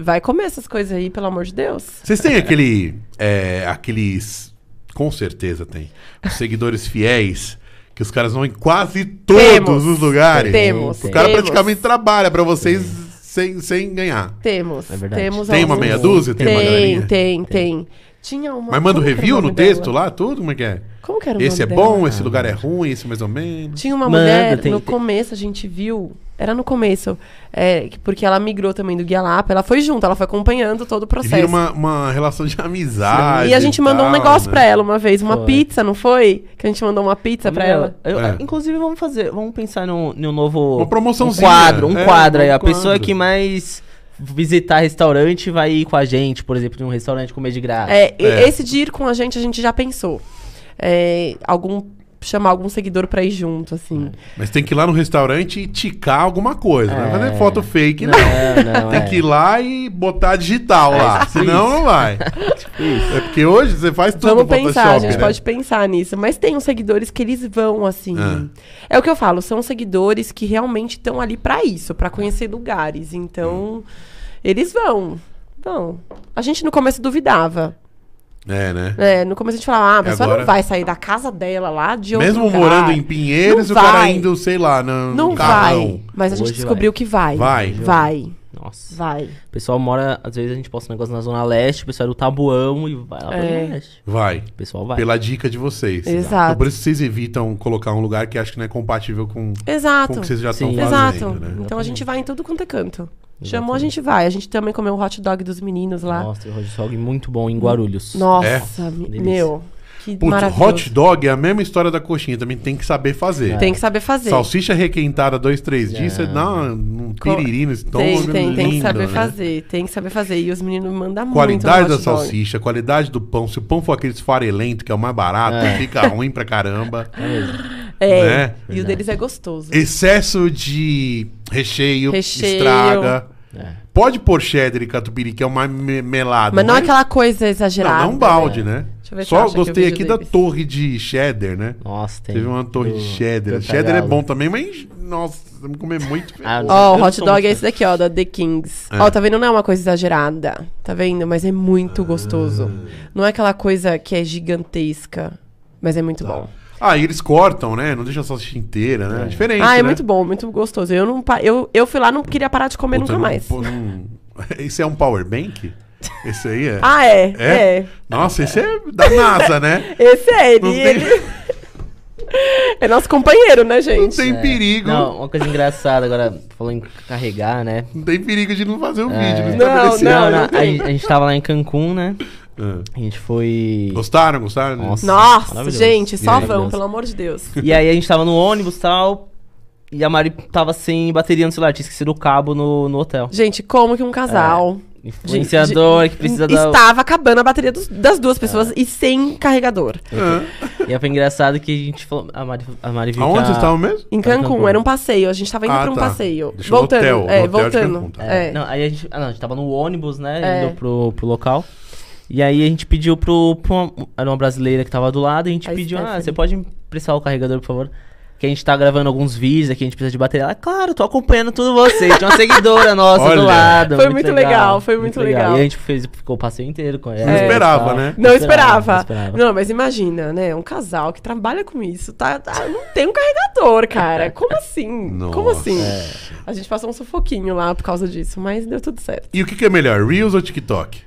Vai comer essas coisas aí, pelo amor de Deus. Vocês têm aquele. é, aqueles. Com certeza tem. Os seguidores fiéis. Que os caras vão em quase todos Temos. os lugares. Temos, O cara temos. praticamente trabalha pra vocês sem, sem ganhar. Temos. É verdade. Temos Tem uma alguns. meia dúzia? Tem uma Tem, galerinha? tem, tem. Tinha uma. Mas manda o como que era review nome no texto dela? lá, tudo? Como é que é? Como que era o Esse é nome dela? bom, esse lugar é ruim, esse mais ou menos. Tinha uma Manda, mulher, tem- no tem- começo a gente viu, era no começo, é, que- porque ela migrou também do Guia Lapa, ela foi junto, ela foi acompanhando todo o E vira Tipo processo. uma, uma relação de amizade. e a gente mandou um tal, negócio né? pra ela uma vez, uma Foi. pizza, não foi? Que a gente mandou uma pizza pra ela. Eu- É. Inclusive, vamos fazer. Vamos pensar num, num novo. Uma promoçãozinha. Um quadro, um É, quadro um aí. A quadro. pessoa que mais visitar restaurante vai ir com a gente, por exemplo, num restaurante comer de graça. É, e- É. Esse de ir com a gente, a gente já pensou. É, algum, chamar algum seguidor pra ir junto, assim. Mas tem que ir lá no restaurante e ticar alguma coisa. né? Não vai fazer É. foto fake, não. Não, não, Tem é. que ir lá e botar digital É lá. Senão não vai. É porque hoje você faz tudo Vamos no pensar, a Photoshop, gente né? pode pensar nisso. Mas tem uns seguidores que eles vão, assim. Ah. É o que eu falo, são seguidores que realmente estão ali pra isso, pra conhecer lugares. Hum. Então, eles vão. Vão. A gente no começo duvidava. É, né? né? No começo a gente falava, ah, a E pessoa agora? não vai sair da casa dela lá de outro Mesmo lugar. Ah, morando em Pinheiros, Não o cara vai. indo, sei lá, no, Não no carrão. vai. Mas a gente Hoje descobriu que vai. Vai. Vai. Nossa. Vai. O pessoal mora, às vezes a gente posta um negócio na Zona Leste, o pessoal é do Tabuão e vai lá pra É. Zona Leste. Vai. O pessoal vai. Pela dica de vocês. Exato. Então, por isso vocês evitam colocar um lugar que acho que não é compatível com, Exato. com o que vocês já estão Sim. fazendo, Exato. né? Então a gente vai em tudo quanto é canto. Chamou, a Exatamente. gente vai. A gente também comeu um hot dog dos meninos lá. Nossa, o Roger Sog muito bom em Guarulhos. Nossa, me- Delícia. meu. Que É. Putz, maravilhoso. hot dog é a mesma história da coxinha, também tem que saber fazer. Tem que saber fazer. É. Salsicha requentada dois, três dias, você dá um um piriri no tem, estômago. tem, tem que lindo, saber né? fazer. Tem que saber fazer. E os meninos mandam Qualidade da muito. no hot dog. salsicha, qualidade do pão. Se o pão for aqueles farelentos, que é o mais barato, É. fica ruim pra caramba. É. né? E o deles é gostoso. Excesso de recheio, Recheio. estraga. É. Pode pôr cheddar e catupiry, que é o mais me- melado. Mas não é mas- aquela coisa Não, exagerada. não um balde, né? Deixa eu ver se eu Só acho aqui o gostei vídeo aqui da deles. torre de cheddar, né? Nossa, tem. Teve uma torre do de cheddar. Cantagalo. Cheddar é bom também, mas nossa, vamos comer muito. Ah, não. Ó, Eu o hot sou dog muito é esse daqui, ó, da The Kings. É. Ó, tá vendo? Não é uma coisa exagerada. Tá vendo? Mas é muito gostoso. Ah. Não é aquela coisa que é gigantesca. Mas é muito bom. Ah, e eles cortam, né? Não deixa a salsicha inteira, né? É diferente. Ah, é né? muito bom, muito gostoso. Eu, não pa- eu, eu fui lá não queria parar de comer Puta, nunca não- mais. pô, não- um Esse é um power bank? Esse aí é. Ah, é, É? é? Nossa, esse é da NASA, né? Esse é ele. Não tem- ele... é nosso companheiro, né, Não gente? tem perigo. É, Não, Não. uma coisa engraçada agora, falando em carregar, né? tem perigo de não fazer um vídeo, não É. estabelecer. Não, não a, tem. gente- a gente tava lá em Cancún, né? Ah. A gente foi. Gostaram, gostaram? Nossa. Nossa, Maravilhoso. gente, só Maravilhoso. vão, pelo amor de Deus. E aí a gente tava no ônibus e tal. E a Mari tava sem bateria no celular, tinha esquecido o cabo no, no hotel. Gente, como que um casal Influenciador É. que precisa É. da. estava acabando a bateria dos- das duas pessoas e sem carregador? E foi engraçado que a gente falou. A Mari, a Mari viu que Aonde a- vocês estavam mesmo? Em Tá Cancún. Cancún, era um passeio, a gente tava indo Ah, pra um tá. passeio. Deixou no voltando, hotel, no é, hotel de Cancún, voltando. tá. É. Não, aí a gente. Ah, não, a gente tava no ônibus, né? É. Indo pro, pro local. E aí a gente pediu pro. pro uma, era uma brasileira que tava do lado, e a gente A pediu, ah, Stephanie. você pode emprestar o carregador, por favor? Que a gente tá gravando alguns vídeos aqui, a gente precisa de bateria. Ela, claro, tô acompanhando tudo vocês. Tinha uma seguidora nossa Olha. do lado. Foi muito legal, foi muito legal. É. E a gente fez, ficou o passeio inteiro com ela. Não e esperava, tal. né? Não esperava. Não, esperava. mas imagina, né? Um casal que trabalha com isso, tá, tá- não tem um carregador, cara. Como assim? Como Nossa. assim? A gente passou um sufoquinho lá por causa disso, mas deu tudo certo. E o que, que é melhor, Reels ou TikTok?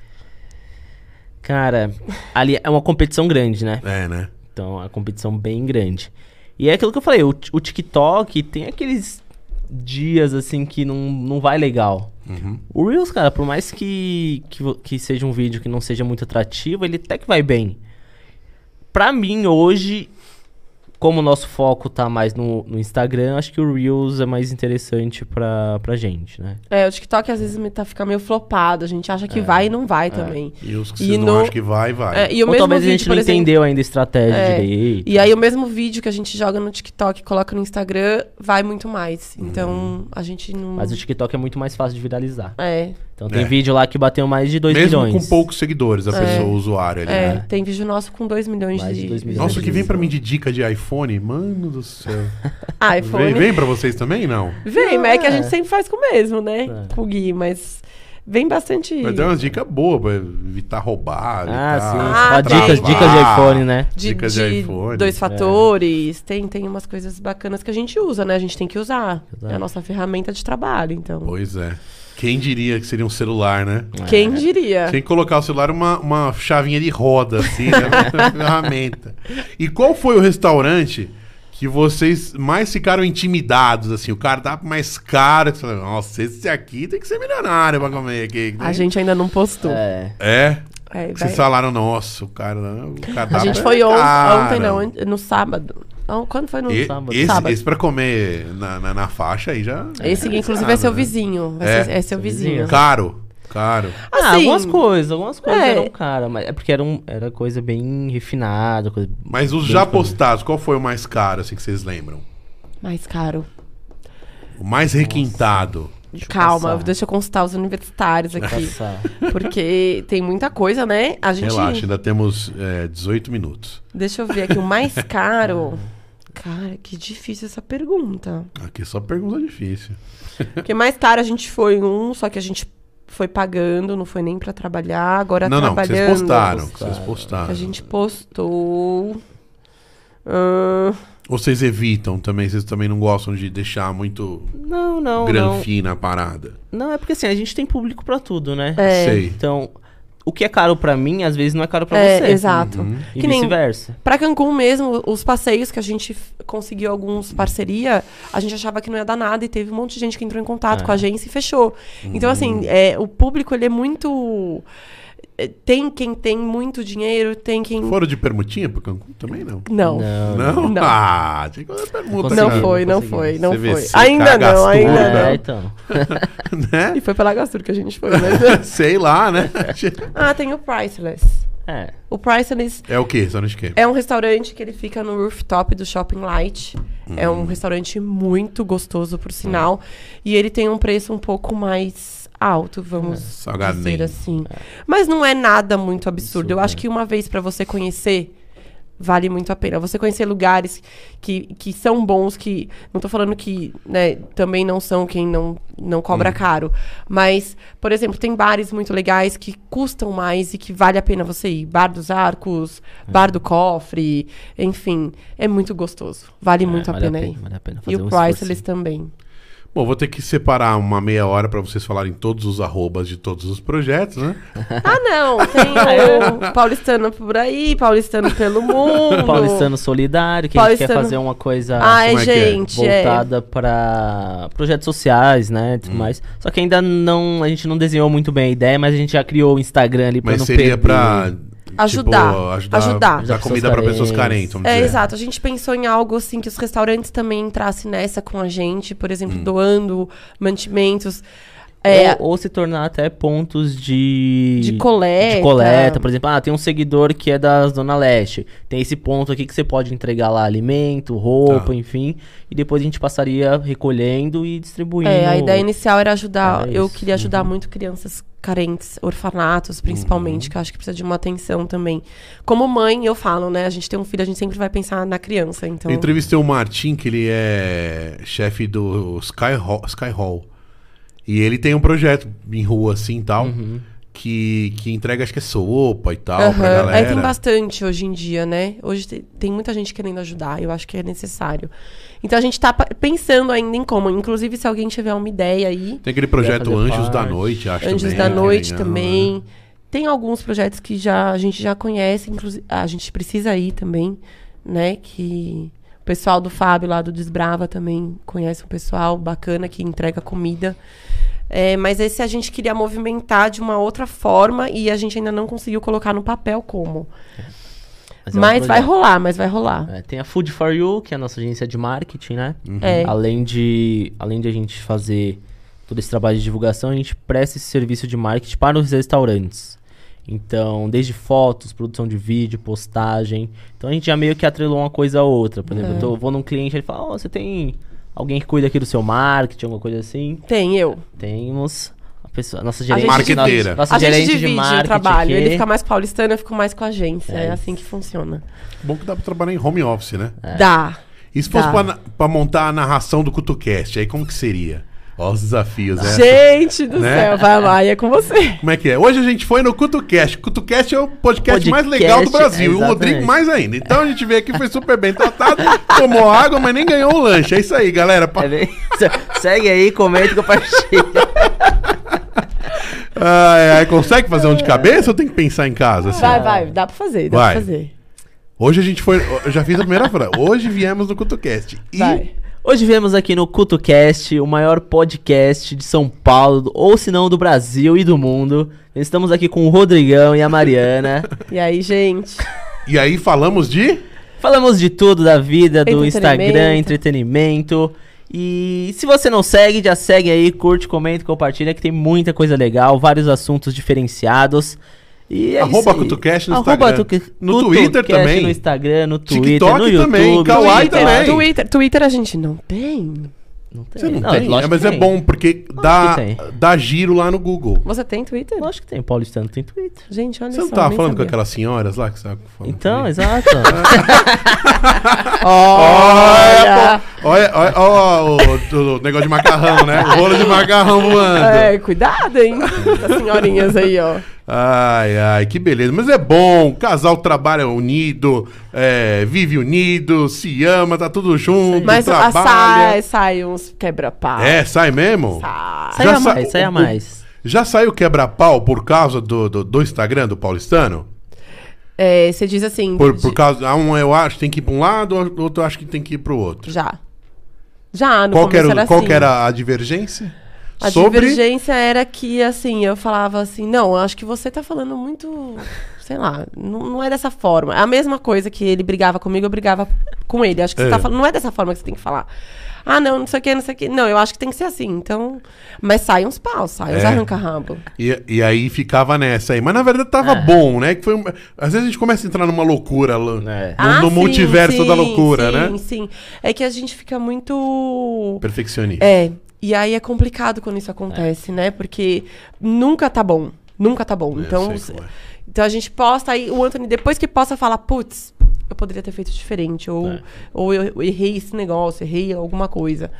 Cara, ali é uma competição grande, né? É, né? Então, é uma competição bem grande. E é aquilo que eu falei, o, o TikTok tem aqueles dias assim que não, não vai legal. Uhum. O Reels, cara, por mais que, que, vo- que seja um vídeo que não seja muito atrativo, ele até que vai bem. Pra mim, hoje, como o nosso foco tá mais no, no Instagram, acho que o Reels é mais interessante pra, pra gente, né? É, o TikTok às vezes me tá, fica meio flopado. A gente acha É, que vai e não vai também. E os que E vocês não no- acham que vai, vai. É, e o Ou mesmo talvez vídeo, a gente por não exemplo, entendeu ainda a estratégia É. direito. E aí o mesmo vídeo que a gente joga no TikTok e coloca no Instagram vai muito mais. Então a gente não. Hum. Mas o TikTok é muito mais fácil de viralizar. É, Então É. tem vídeo lá que bateu mais de 2 Mesmo milhões. com poucos seguidores, a pessoa, o usuário ali. é, né? tem vídeo nosso com 2 milhões Ah. Mais de de. dois milhões. Nossa, o que vem pra mim de dica de iPhone, mano do céu. Ah, iPhone. vem, vem pra vocês também, não? Vem, mas é que a gente É. sempre faz com o mesmo, né? É. Com o Gui, mas vem bastante. Mas dá umas dicas boas pra evitar roubar, Ah, evitar sim. Ah, Ó, dicas, travar. dicas de iPhone, né? De, dicas de de iPhone. dois É. fatores, tem, tem umas coisas bacanas que a gente usa, né? A gente tem que usar. Exato. É a nossa ferramenta de trabalho, então. Pois é. Quem diria que seria um celular, né? Quem diria? Tem que colocar o celular uma, uma chavinha de roda, assim, né? Uma ferramenta. E qual foi o restaurante que vocês mais ficaram intimidados, assim? O cardápio mais caro, que você fala, nossa, esse aqui tem que ser milionário pra comer aqui. A gente ainda não postou. É. É. É? Que vai- Vocês falaram, nossa, o cara... O cardápio A gente é foi on- caro." ontem, não, an- no sábado. Ah, Quando foi no E- sábado? esse, sábado. esse pra comer na, na, na faixa aí já... Esse, é inclusive, pesado, é seu né? vizinho. Vai É. ser- é seu vizinho. Caro, caro. Ah, Assim, algumas coisas, algumas coisas é. eram cara, mas é porque era, um- era coisa bem refinada, coisa. Mas os bem já família. postados, qual foi o mais caro, assim, que vocês lembram? Mais caro. O mais requintado. Deixa eu Calma, passar. deixa eu consultar os universitários aqui. Passar. porque tem muita coisa, né? A gente. Relaxa, ainda temos é, 18 minutos. Deixa eu ver aqui. O mais caro. Cara, que difícil essa pergunta. Aqui é só pergunta difícil. Porque mais caro a gente foi em um, só que a gente foi pagando, não foi nem pra trabalhar, agora não, não, que trabalhando. vocês postaram. que vocês Postaram. Que postaram. a gente postou. Ah, Ahn, Ou vocês evitam também, vocês também não gostam de deixar muito Não, não, não. granfina a parada. Não, é porque assim, a gente tem público pra tudo, né? É. Sei. Então, o que é caro pra mim, às vezes não é caro pra é, você. exato. E Que nem vice-versa. pra Cancún mesmo, os passeios que a gente f- conseguiu alguns parceria, a gente achava que não ia dar nada e teve um monte de gente que entrou em contato É. Uhum. com a agência e fechou. Então, assim, é, o público ele é muito. é, Tem quem tem muito dinheiro, tem quem. Foram de permutinha pra Cancún? Também não. Não. Não. Não? Não. Ah, tinha que fazer permuta. Não cara. foi, não Conseguimos. foi, não foi. CVC, Ainda não, cagaçura, ainda né? É, não. então. E Né? foi pela gastura que a gente foi, né? Sei lá, né? ah, tem o Priceless. É. O Priceless É o quê? Só não esquece. é um restaurante que ele fica no rooftop do Shopping Light. É um restaurante muito gostoso, por sinal. E ele tem um preço um pouco mais alto, vamos salgadinho. dizer assim. Mas não é nada muito absurdo. Eu acho que uma vez pra você conhecer, vale muito a pena. Você conhecer lugares que, que são bons, que. Não tô falando que né, também não são quem não, não Uhum. cobra caro. Mas, por exemplo, tem bares muito legais que custam mais e que vale a pena você ir. Bar dos Arcos, É. Bar do Cofre, enfim. É muito gostoso. Vale muito a É, vale pena a aí. pena, vale a pena E fazer o um Priceless esforcinho. também. Bom, vou ter que separar uma meia hora pra vocês falarem todos os arrobas de todos os projetos, né? Ah, não! É. Tem o paulistano por aí, paulistano pelo Então, mundo. Paulistano Solidário, que a gente quer Paulistano- fazer uma coisa Ah, é, Como é que é? gente. é. voltada pra projetos sociais, né, e tudo Hum. mais. Só que ainda não, a gente não desenhou muito bem a ideia, mas a gente já criou o Instagram ali pra Mas não seria perder. pra tipo, Ajudar. ajudar, Ajudar. dar comida pra pessoas carentes. Vamos É, dizer. exato. A gente pensou em algo assim que os restaurantes também entrassem nessa com a gente, por exemplo, Hum. doando mantimentos é, Ou, ou se tornar até pontos de... de coleta. de coleta, por exemplo, ah, tem um seguidor que é da Zona Leste. Tem esse ponto aqui que você pode entregar lá alimento, roupa, Tá. enfim. E depois a gente passaria recolhendo e distribuindo. É, a ideia inicial era ajudar. É eu isso. queria ajudar muito crianças carentes, orfanatos, principalmente, Uhum. que eu acho que precisa de uma atenção também. Como mãe, eu falo, né? A gente tem um filho, a gente sempre vai pensar na criança, então. Eu entrevistei o Martin, que ele é chefe do Sky Hall, Sky Hall. E ele tem um projeto em rua, assim, e tal, que, que entrega, acho que é sopa e tal, pra Aham. galera. É, tem bastante hoje em dia, né? Hoje te- tem muita gente querendo ajudar, eu acho que é necessário. Então a gente tá pa- pensando ainda em como. Inclusive, se alguém tiver uma ideia aí, Tem aquele projeto fazer Anjos da parte. Noite, acho Anjos também, da que é Noite legal, né? também. Tem alguns projetos que já, a gente já conhece, inclusive a gente precisa ir também, né? Que o pessoal do Fábio lá do Desbrava também conhece um pessoal bacana que entrega comida. É, mas esse a gente queria movimentar de uma outra forma e a gente ainda não conseguiu colocar no papel como. Mas, é um vai projeto. rolar, mas vai rolar. É, tem a Food for You, que é a nossa agência de marketing, né? É. Além de, além de a gente fazer todo esse trabalho de divulgação, a gente presta esse serviço de marketing para os restaurantes. Então, desde fotos, produção de vídeo, postagem. Então a gente já meio que atrelou uma coisa a outra. Por É. exemplo, eu tô- vou num cliente e ele fala: Ó, você tem alguém que cuida aqui do seu marketing, alguma coisa assim? Tem eu. Temos a pessoa, nossa gente- gerente, Marqueteira. nossa, nossa a gente gerente de divide o marketing. trabalho. aqui. Ele fica mais paulistano, eu fico mais com a agência. É É, assim que funciona. Bom que dá pra trabalhar em home office, né? É. Dá. E se Tá. fosse Dá. pra, na- pra montar a narração do CutoCast, aí como que seria? Ó os desafios, né? Gente do Né? céu, vai lá e é com você. Como é que é? Hoje a gente foi no CutoCast. CutoCast é o podcast, Podcast, mais legal do Brasil. E o exatamente. Rodrigo mais ainda. Então a gente veio aqui, foi super bem tratado, tomou água, mas nem ganhou o lanche. É isso aí, galera. Pa- É bem- Se- Segue aí, comenta e compartilha. Ai, ai, Ah, consegue fazer um de cabeça ou tem que pensar em casa? assim? Vai, vai, dá pra fazer, dá Vai. pra fazer. Hoje a gente foi. Eu já fiz a primeira frase. Hoje viemos no CutoCast. E Vai. Hoje viemos aqui no CutoCast, o maior podcast de São Paulo, ou se não do Brasil e do mundo. Estamos aqui com o Rodrigão e a Mariana. E aí, gente? E aí falamos de. Falamos de tudo, da vida, Entretenimento. do Instagram, entretenimento. E se você não segue, já segue aí, curte, comenta, compartilha, que tem muita coisa legal, vários assuntos diferenciados. E é Arroba isso aí. CutoCast no Arroba Instagram. Tuque- No Twitter CutoCast também. No Instagram, no Twitter, TikTok no YouTube. também, Kawaii Twitter. Tá também. Twitter, Twitter a gente não tem. Não tem. Você não, Não, tem? lógico É, mas que é tem. bom, porque dá, que tem. dá giro lá no Google. Você tem Twitter? Lógico que tem, paulistano tem Twitter. Gente, olha Você só. não tava nem falando com sabia. aquelas senhoras lá que estavam falando? Então, comigo? exato. Olha, pô, olha, olha, olha o, o- o negócio de macarrão, né? O rolo de macarrão voando. É, cuidado, hein? Essas senhorinhas aí, ó. Ai, ai, que beleza. Mas é bom, o casal trabalha unido, é, vive unido, se ama, tá tudo junto, Mas a sai, trabalha. sai uns quebra-pau. É, sai mesmo? Sai. Já Saia sa- mais, o- saia o- mais. Já saiu quebra-pau por causa do, do, do Instagram do paulistano? É, você diz assim. Por, de- por causa. ah, Um eu acho que tem que ir pra um lado, o outro eu acho que tem que ir pro outro. Já. Já, no Qual que, era, começo o- era qual assim. que era a divergência? A divergência era que, assim, eu falava assim, não, eu acho que você tá falando muito, sei lá, não, não é dessa forma. É a mesma coisa que ele brigava comigo, eu brigava com ele. Acho que É. você tá falando, não é dessa forma que você tem que falar. Ah, não, não sei o que, não sei o que. Não, eu acho que tem que ser assim, então... Mas saem uns paus, saem uns É. arranca-rabo. E, e aí ficava nessa aí. Mas na verdade tava Ah. bom, né? Que foi um- Às vezes a gente começa a entrar numa loucura lá, É. no, Ah, no sim, multiverso sim, da loucura, sim, né? Sim, sim. É que a gente fica muito... Perfeccionista. É, e aí é complicado quando isso acontece, né? Porque nunca tá bom. Nunca tá bom. Eu então, sei se- como é. então a gente posta aí, o Anthony, depois que posta, fala, putz, eu poderia ter feito diferente. Ou, É. ou eu, eu errei esse negócio, errei alguma coisa.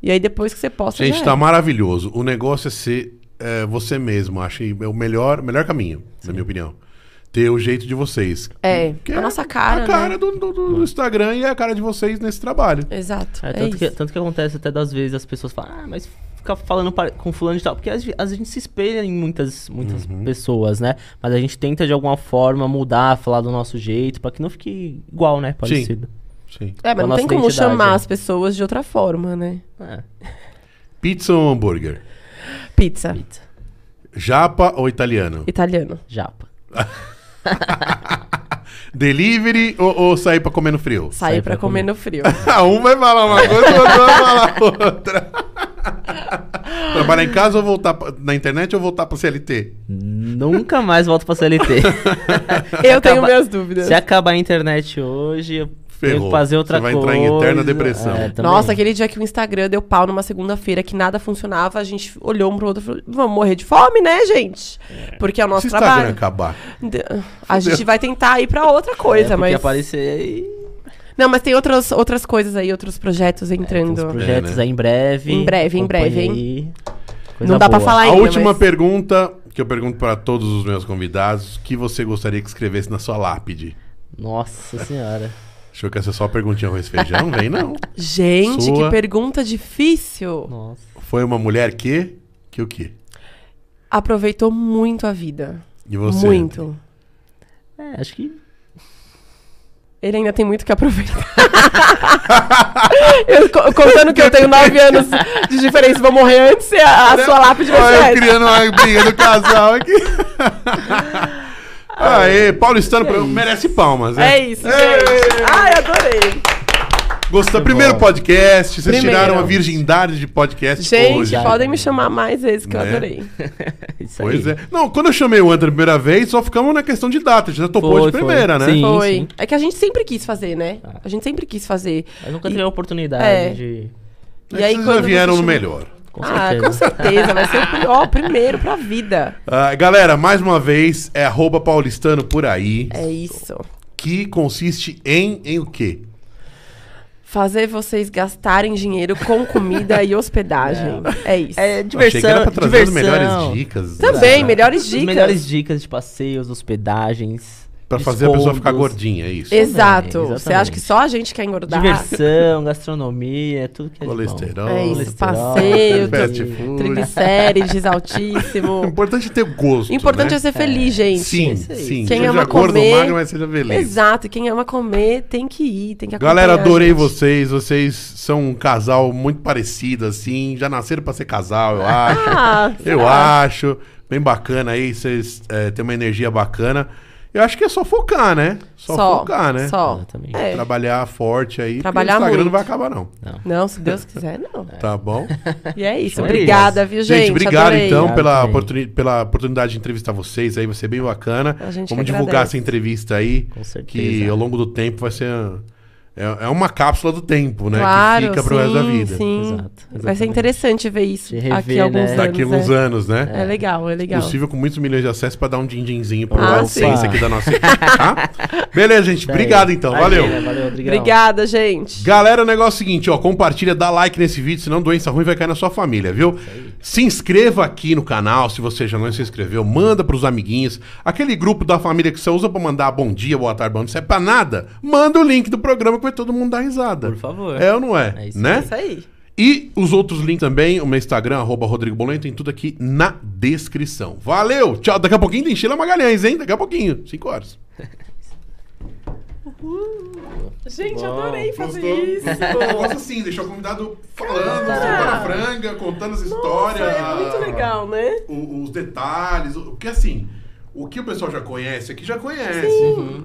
E aí depois que você posta. Gente, já é. tá era. maravilhoso. O negócio é ser é, você mesmo. Acho que é o melhor, melhor caminho, na minha opinião. Ter o jeito de vocês. É, a nossa cara, Hum, A cara né? do, do- do Instagram e a cara de vocês nesse trabalho. Exato. É, É, tanto, que, isso. tanto que acontece até das vezes as pessoas falam, ah, mas fica falando pare- com fulano de tal. Porque às ve- às vezes a gente se espelha em muitas, muitas Uhum. pessoas, né? Mas a gente tenta de alguma forma mudar, falar do nosso jeito, pra que não fique igual, né? Parecido. Sim. É, com a mas não nossa tem como identidade, chamar né? as pessoas de outra forma, né? É, Pizza ou hambúrguer? Pizza, pizza, Japa ou italiano? italiano. japa. Delivery ou, ou sair pra comer no frio? Sair pra, comer no frio. Ah, um vai falar uma coisa, o outro vai falar outra. Trabalhar em casa ou voltar pra- na internet ou voltar pra CLT? Nunca mais volto pra CLT. eu tenho Acaba- minhas dúvidas. Se acabar a internet hoje, eu tenho Ferrou. que fazer outra Você vai coisa. É, entrar em eterna depressão. também. Nossa, aquele dia que o Instagram deu pau numa segunda-feira que nada funcionava, a gente olhou um pro outro e falou: vamos morrer de fome, né, gente? Porque é o Se nosso o Instagram trabalho. acabar. De- A gente vai tentar ir pra outra coisa, É, porque mas. aparecer aí, Não, mas tem outras, outras coisas aí, outros projetos os entrando. projetos É, né? aí em breve. Em breve, em Acompanha breve, hein? aí. Coisa Não dá pra boa. falar a ainda. última mas- pergunta que eu pergunto pra todos os meus convidados: que você gostaria que escrevesse na sua lápide? Nossa senhora. Achou que essa é só a perguntinha arroz e feijão? Vem não. Gente, Sua. que pergunta difícil. Nossa. Foi uma mulher que. Que o quê? Aproveitou muito a vida. E você? Muito. É, acho que. Ele ainda tem muito que aproveitar. eu, co- contando que eu tenho nove anos de diferença, vou morrer antes, a, a sua lápide vai ser Olha, eu essa. criando uma briga do casal aqui. Aê, paulistano pro- merece palmas, né? É isso, Ei! gente. Ai, adorei. Gostou? Muito Primeiro bom. podcast, vocês Primeiro. tiraram a virgindade de podcast Gente, hoje. podem me chamar mais vezes, que eu Né? adorei. Isso Pois aí. é. Não, quando eu chamei o André a primeira vez, só ficamos na questão de data. Já topou Foi, de foi. primeira, né? Sim. Foi. sim. É que a gente sempre quis fazer, né? A gente sempre quis fazer. Mas nunca E- tive a oportunidade É. de. E aí, vocês já quando vieram você no chama- melhor. Com ah, certeza. com certeza. Vai ser o pior, o primeiro pra vida. Ah, galera, mais uma vez, é arroba paulistano por aí, É isso. que consiste em, em o quê? Fazer vocês gastarem dinheiro com comida e hospedagem. É isso. É Eu achei que era pra trazer as diversão. melhores dicas. Também, né? melhores As dicas. melhores dicas de passeios, hospedagens. né? Pra fazer a pessoa ficar descontos, gordinha, é isso. Exato. Também, Você acha que exatamente. só a gente quer engordar? Diversão, gastronomia, tudo que é de bom. Colesterol. É isso. Colesterol, Passeio, fast tri- food. triglicérides O altíssimo. importante é ter gosto. O importante né? é ser feliz, gente. Sim, isso aí. sim. Quem seja ama gordo, comer- magro, mas seja feliz. Exato, quem ama comer tem que ir, tem que acompanhar. Galera, adorei gente. vocês. Vocês são um casal muito parecido, assim. Já nasceram pra ser casal, eu acho. Ah, eu acho. Bem bacana aí. Vocês eh, têm uma energia bacana. Eu acho que é só focar, né? Só, focar, né? Só. Exatamente. É. Trabalhar forte aí. porque Trabalhar o Instagram muito. não vai acabar, não. Não, se Deus quiser, não. Tá bom? E é isso. É isso. Obrigada, viu, gente? Gente, obrigado Adorei. então Obrigado pela, também. oportuni- pela oportunidade de entrevistar vocês aí, vai ser bem bacana. A gente Vamos que divulgar essa agradece. entrevista aí, Com certeza. que ao longo do tempo vai ser é, é uma cápsula do tempo, né? Claro, que fica pro sim, resto da vida. sim. Exato, Vai ser exatamente. interessante ver isso De rever, aqui há alguns né? anos. Daqui a uns é. anos, né? É legal, é legal. Possível com muitos milhões de acessos pra dar um din-dinzinho pro Ah, AdSense sim. aqui da nossa equipe, tá? Beleza, gente. Isso aí. Obrigado então. Valeu. Imagina, valeu, Rodrigão. Obrigada, gente. Galera, o negócio é o seguinte, ó, compartilha, dá like nesse vídeo, senão doença ruim vai cair na sua família, viu? Se inscreva aqui no canal, se você já não se inscreveu, manda pros amiguinhos, aquele grupo da família que você usa pra mandar bom dia, boa tarde, bom, não serve pra nada, manda o link do programa que vai todo mundo dar risada. Por favor. É ou não é? É isso né? É isso aí. E os outros links também, o meu Instagram, arroba Rodrigo Bolen, tem tudo aqui na descrição. Valeu, tchau, daqui a pouquinho tem Sheila Magalhães, hein? Daqui a pouquinho, 5 horas. Gente, Bom. adorei fazer Gostou? isso. Eu gosto assim, deixar o convidado falando, soltando a franga, contando as Nossa, histórias. é muito legal, né? o- os detalhes. o- Porque assim, o que o pessoal já conhece aqui já conhece.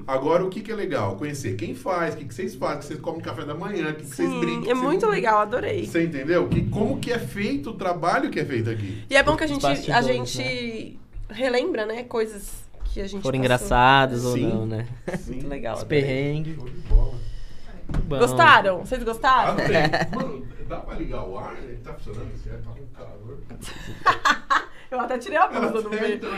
Agora, o que, que é legal? Conhecer quem faz, o que, que vocês fazem, o que vocês comem no café da manhã, o que, que vocês brincam. o Sim, que é vocês- muito legal, adorei. Você entendeu? Que, como que é feito o trabalho que é feito aqui. E é bom que a gente, a bastidores, gente relembra, né? Coisas que a gente. Foram passou. engraçados ou Sim. não, né? Muito legal. Os adorei. perrengues. Show de bola. Bom. Gostaram? Vocês gostaram? Adorei. Mano, dá pra ligar o ar? Ele tá funcionando? Você tá com calor. Eu até tirei a blusa no um meio. Então,